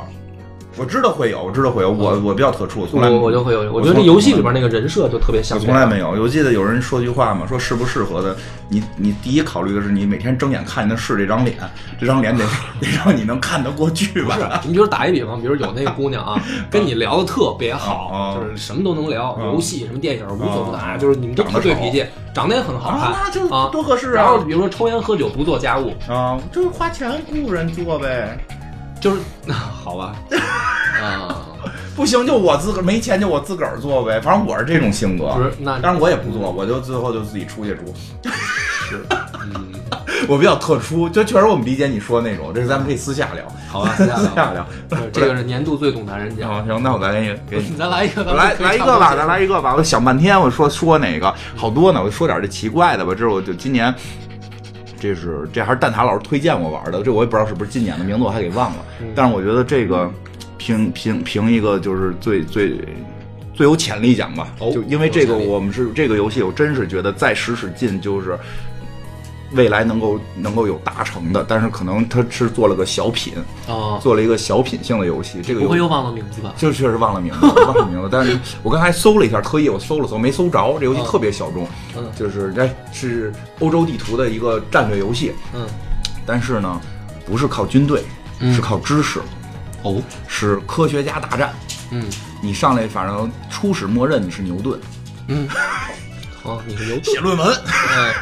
我知道会有，我知道会有，我我比较特殊，我从来
嗯我我就会有，我觉得那游戏里边那个人设就特别像
我
这
从来
样。
没有。我记得有人说句话嘛，说适不适合的，你你第一考虑的是你每天睁眼看的是这张脸，这张 脸得得让你能看得过去
不
吧啊
是？，你比如打一比方，比如有那个姑娘 啊， 跟你聊的特别好，
嗯嗯嗯
就是什么都能聊，
嗯
游戏什么电影无所不
嗯
谈，就是你们都
长
特
得
对
丑啊
脾气，长得也很好看
啊那就
啊，
多合适啊
然后比如说抽烟喝酒不做家务，
啊，就是花钱雇人做呗，
就是 好吧，啊。
不行就我自个儿没钱就我自个儿做呗，反正我是这种性格。
不是那
但是我也不做，我就最后就自己出去住。
是，嗯，
我比较特殊，就确实我们理解你说那种，这是咱们可以私下聊，
好吧，私下啊
私
聊
下。聊。
对这个是年度最懂男人 奖，
啊，行，那我再给你给你
咱来一个， 咱
来
可以
来一
差
个
不多
吧，
结束
咱来一个吧。我想半天，我说说哪个好多呢？我说点这奇怪的吧。这是我就今年，这是这还是蛋挞老师推荐我玩的，这我也不知道是不是今年的名字，我还给忘了。
嗯
但是我觉得这个评评评一个就是最最。最有潜力奖吧，
哦
就因为这个，
有潜力
我们是这个游戏，我真是觉得再使使劲，就是未来能够能够有达成的，但是可能它是做了个小品，
哦，
做了一个小品性的游戏。这个
不
游戏
会又忘了名字吧？
就确实忘了 名字，忘了名字。但是我刚才搜了一下，特意我搜了搜，没搜着。这游戏特别小众，
嗯
就是这是欧洲地图的一个战略游戏，
嗯，
但是呢，不是靠军队，
嗯
是靠知识，
哦，
是科学家大战。
嗯
你上来反正初始默认你是牛顿，
嗯，哦，你是牛顿，
写论文，
哎，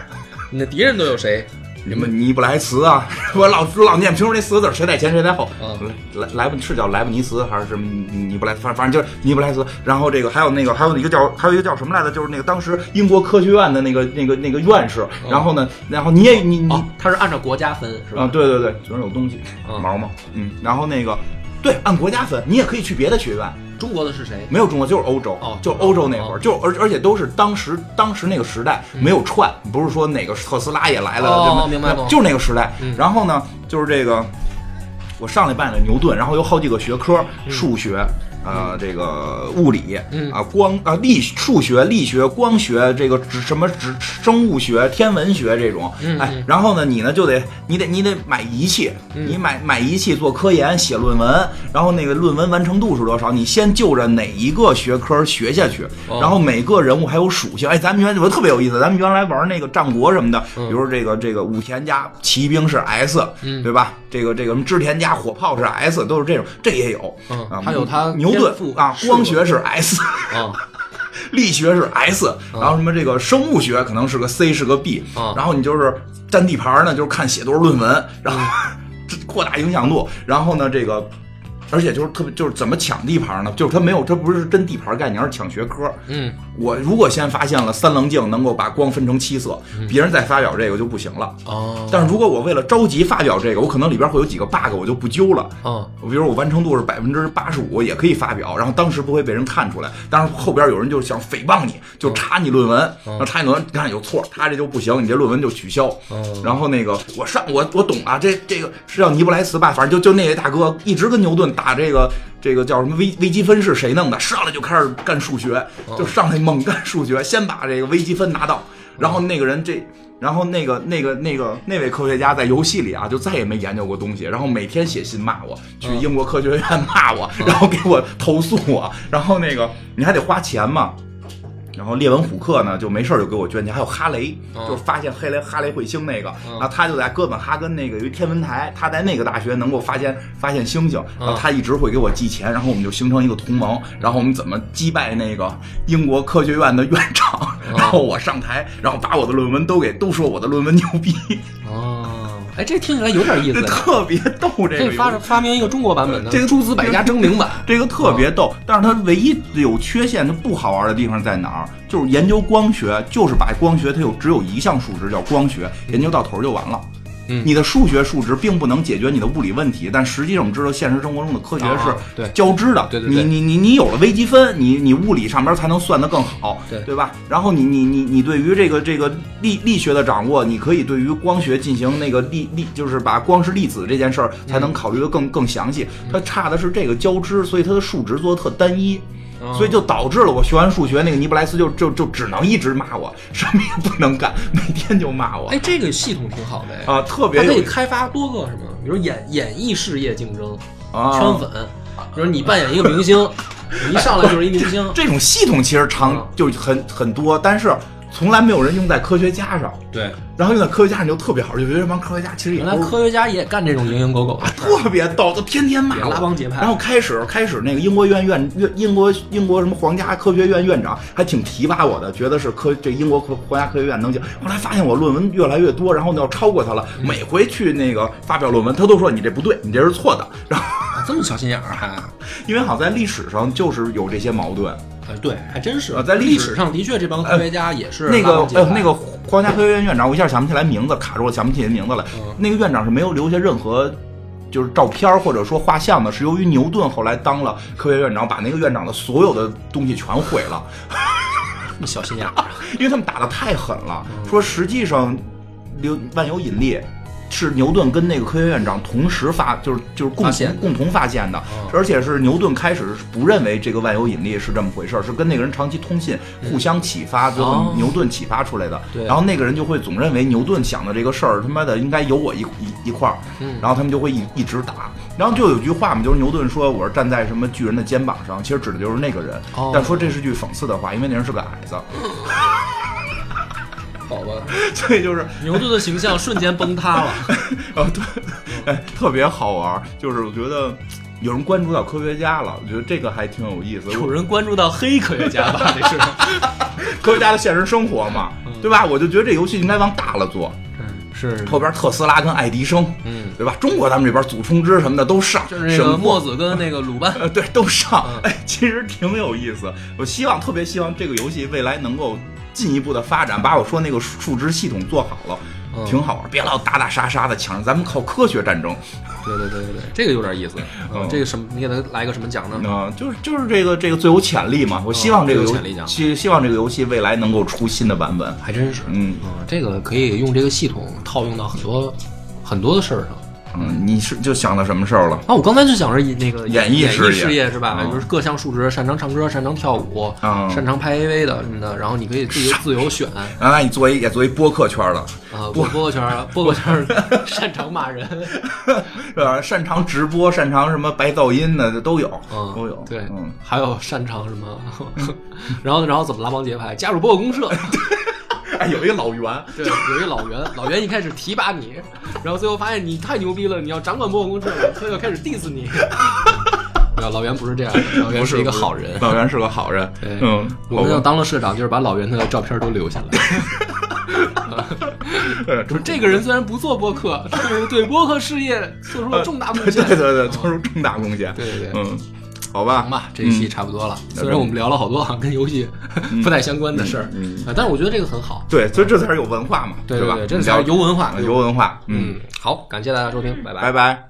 你的敌人都有谁？
什么尼布莱茨啊， 我老我老念不清楚那四个字儿，谁在前谁在后。
嗯
莱莱布是叫莱布尼茨还是什么尼布莱斯，反反正就是尼布莱斯。然后这个还有那个还有一个叫还有一个叫什么来着？就是那个当时英国科学院的那个那个那个院士。然后呢，然后你也你你
嗯哦，他是按照国家分是
啊，
吧？
对对对，总是有东西
嗯
毛毛。嗯，然后那个对按国家分，你也可以去别的学院。
中国的是谁？
没有中国，就是欧洲，
哦嗯
就是欧洲那会儿，就而而且都是当时当时那个时代没有串，不是说哪个特斯拉也来了，
哦
就没
明白
没有
懂
就是那个时代
嗯。
然后呢，就是这个，我上来扮演的牛顿，然后有好几个学科，数学、呃，这个物理，
嗯
啊，光啊力数学、力学、光学，这个指什么指生物学、天文学这种，
嗯
哎
嗯，
然后呢，你呢就得你得你得买仪器，你买买仪器做科研、写论文，然后那个论文完成度是多少？你先就着哪一个学科学下去，
哦
然后每个人物还有属性。哎，咱们原我特别有意思，咱们原来玩那个战国什么的，比如说这个这个武田家骑兵是 S，
嗯
对吧？这个这个什么织田家火炮是 S，都是这种，这也有。
嗯
啊
还有他
牛顿
天赋
啊，
是
光学是 S，
啊，
力学是 S，然后什么这个生物学可能是个 C 是个 B，
啊
然后你就是占地盘呢，就是看写多少论文，然后 这扩大影响度，然后呢这个。而且就是特别，就是怎么抢地盘呢？就是他没有，这不是真地盘概念，而是抢学科。
嗯，
我如果先发现了三棱镜能够把光分成七色，别人再发表这个就不行了。
哦，
但是如果我为了着急发表这个，我可能里边会有几个 bug，我就不揪了。
啊，
我比如我完成度是百分之八十五，也可以发表，然后当时不会被人看出来。当然后边有人就想诽谤你，就查你论文，然后查你论文，你看有错，他这就不行，你这论文就取消。
嗯
然后那个我上我我懂啊，这这个是叫尼布莱茨吧，反正就就那位大哥一直跟牛顿打这个这个叫什么微微积分是谁弄的，上来就开始干数学，就上来猛干数学，先把这个微积分拿到，然后那个人这。然后那个那个那个那位科学家在游戏里啊，就再也没研究过东西，然后每天写信骂我，去英国科学院骂我，然后给我投诉我，然后那个你还得花钱嘛。然后列文虎克呢，就没事儿就给我捐钱，还有哈雷，
嗯
就是发现黑雷哈雷彗星那个，
嗯
然后他就在哥本哈根那个有一天文台，他在那个大学能够发现发现星星，
嗯
然后他一直会给我寄钱，然后我们就形成一个同盟，然后我们怎么击败那个英国科学院的院长，
嗯
然后我上台，然后把我的论文都给都说我的论文牛 逼，
哦，哎，这听起来有点意
这
思，
特别逗这个
可
游
以
戏。
发发明一个中国版本的
这个
《诸子百家争鸣版
这个特
嗯
别逗，但是它唯一有缺陷，它不好玩的地方在哪儿？就是研究光学，就是把光学它有只有一项数值叫光学，研究到头儿就完了。
嗯
你的数学数值并不能解决你的物理问题，但实际上我们知道，现实生活中的科学
啊
是
对
交织的。
对对对
你你你你有了微积分，你你物理上边才能算得更好，
对
对吧？然后你你你你对于这个这个力力学的掌握，你可以对于光学进行那个力力，就是把光是粒子这件事儿才
嗯
能考虑得更更详细。它差的是这个交织，所以它的数值做的特单一。》，
嗯
所以就导致了我学完数学，那个尼布莱斯就就就只能一直骂我，什么也不能干，每天就骂我
哎，这个系统挺好的哎，
啊，特
它
别
可
有
以开发多个什么，比如演演艺事业竞争，
啊
圈粉，比如你扮演一个明星，你一上来就是一明星，
这种系统其实常
嗯
就很很多，但是从来没有人用在科学家上。
对，
然后用在科学家上就特别好，就觉得这帮科学家其实也
原来
都是
科学家也干这种蝇营狗苟的啊事儿，
特别逗，就天天骂
也
我
拉帮结派
然后开始开始那个英国院院院英国英国什么皇家科学院院长还挺提拔我的，觉得是科这英国科皇家科学院能行。后来发现我论文越来越多，然后呢要超过他了，
嗯
每回去那个发表论文，他都说你这不对，你这是错的。然后
啊这么小心眼儿还，啊
因为好像在历史上就是有这些矛盾。
哎，对，还真是
啊在历
历
史
史呃上的确这帮科学家也是
那
拉
个
帮结
呃
派
那个皇家科学院院长，我一下想不起来名字，卡住了，想不起来名字来。
嗯
那个院长是没有留下任何。就是照片儿或者说画像的，是由于牛顿后来当了科学院长，把那个院长的所有的东西全毁了，
这么小心眼 儿，啊
因为他们打的太狠了。
嗯
说实际上，刘万有引力是牛顿跟那个科学院长同时发，就是就是共
发
同
现的嗯
共同发现的，而且是牛顿开始是不认为这个万有引力是这么回事儿，是跟那个人长期通信，互相启发，最后
嗯哦
牛顿启发出来的。
对
然后那个人就会总认为牛顿想的这个事儿，他妈的应该有我一一一块儿，
嗯
然后他们就会一一直打。然后就有句话嘛，就是牛顿说我是站在什么巨人的肩膀上，其实指的就是那个人，
哦
但说这是句讽刺的话，因为那人是个矮子，
好吧，
所以就是
牛顿的形象瞬间崩塌 了。
啊，对，哎，特别好玩儿，就是我觉得有人关注到科学家了，我觉得这个还挺有意思。
有人关注到黑科学家吧？ 这是，
科学家的现实生活嘛，
嗯
对吧？我就觉得这游戏应该往大了做，
是
后边特斯拉跟爱迪生，
嗯，
对吧？中国咱们这边祖冲之什么的都上，
就是那
沈
个
括
墨子跟那个鲁班，
呃，对，都上
嗯，
哎，其实挺有意思。我希望，特别希望这个游戏未来能够进一步的发展，把我说那个数值系统做好了，
嗯
挺好玩，别老打打杀杀的抢，咱们靠科学战争。
对对对对对，这个有点意思。嗯
嗯，
这个什么，你给他来个什么奖呢？
啊、就是就是这个这个最有潜力嘛，我希望这个
嗯最有
游
潜力奖
希希望这个游戏未来能够出新的版本。
还真是，啊
嗯
嗯，这个可以用这个系统套用到很多很多的事儿上。
嗯，你是就想到什么事儿了？
啊，我刚才就想着以那个
演
艺
艺
事
事业
业是吧？
嗯
就是各项数值，擅长唱歌，擅长跳舞，
嗯
擅长拍 AV 的什么的，然后你可以自由自由选
原啊来你作为也作为播客圈的，
啊。我播客圈儿，播客圈儿擅长骂人，
呃，擅长直播，擅长什么白噪音的都有，
嗯，
都有。
对，
嗯，
还有擅长什么？ 然后然后怎么拉帮结派？加入播客 公社。
哎，有一个老袁，
对，有一老袁，老袁一开始提拔你，然后最后发现你太牛逼了，你要掌管播客公社了，他就开始 diss 你。没有，老袁不是这样的，老袁
不
是一个好人。
老袁是个好人
对。
嗯，
我们
好
要
吧
当了社长，就是把老袁的照片都留下来。
对
就是这个人虽然不做播客，但是对播客事业做出了重大贡
对
献。
呃对
嗯
对，嗯做出重大贡献。
对对对
嗯，好吧
行，吧，这一期差不多了。虽然我们聊了好多啊跟游戏不太相关的事儿，
嗯
啊，但是我觉得这个很好。
对，所以这才是有文化嘛，
对
吧
对，？这才
聊
是游文化。
有文化，嗯，
嗯，好，感谢大家收听，拜拜。
拜拜。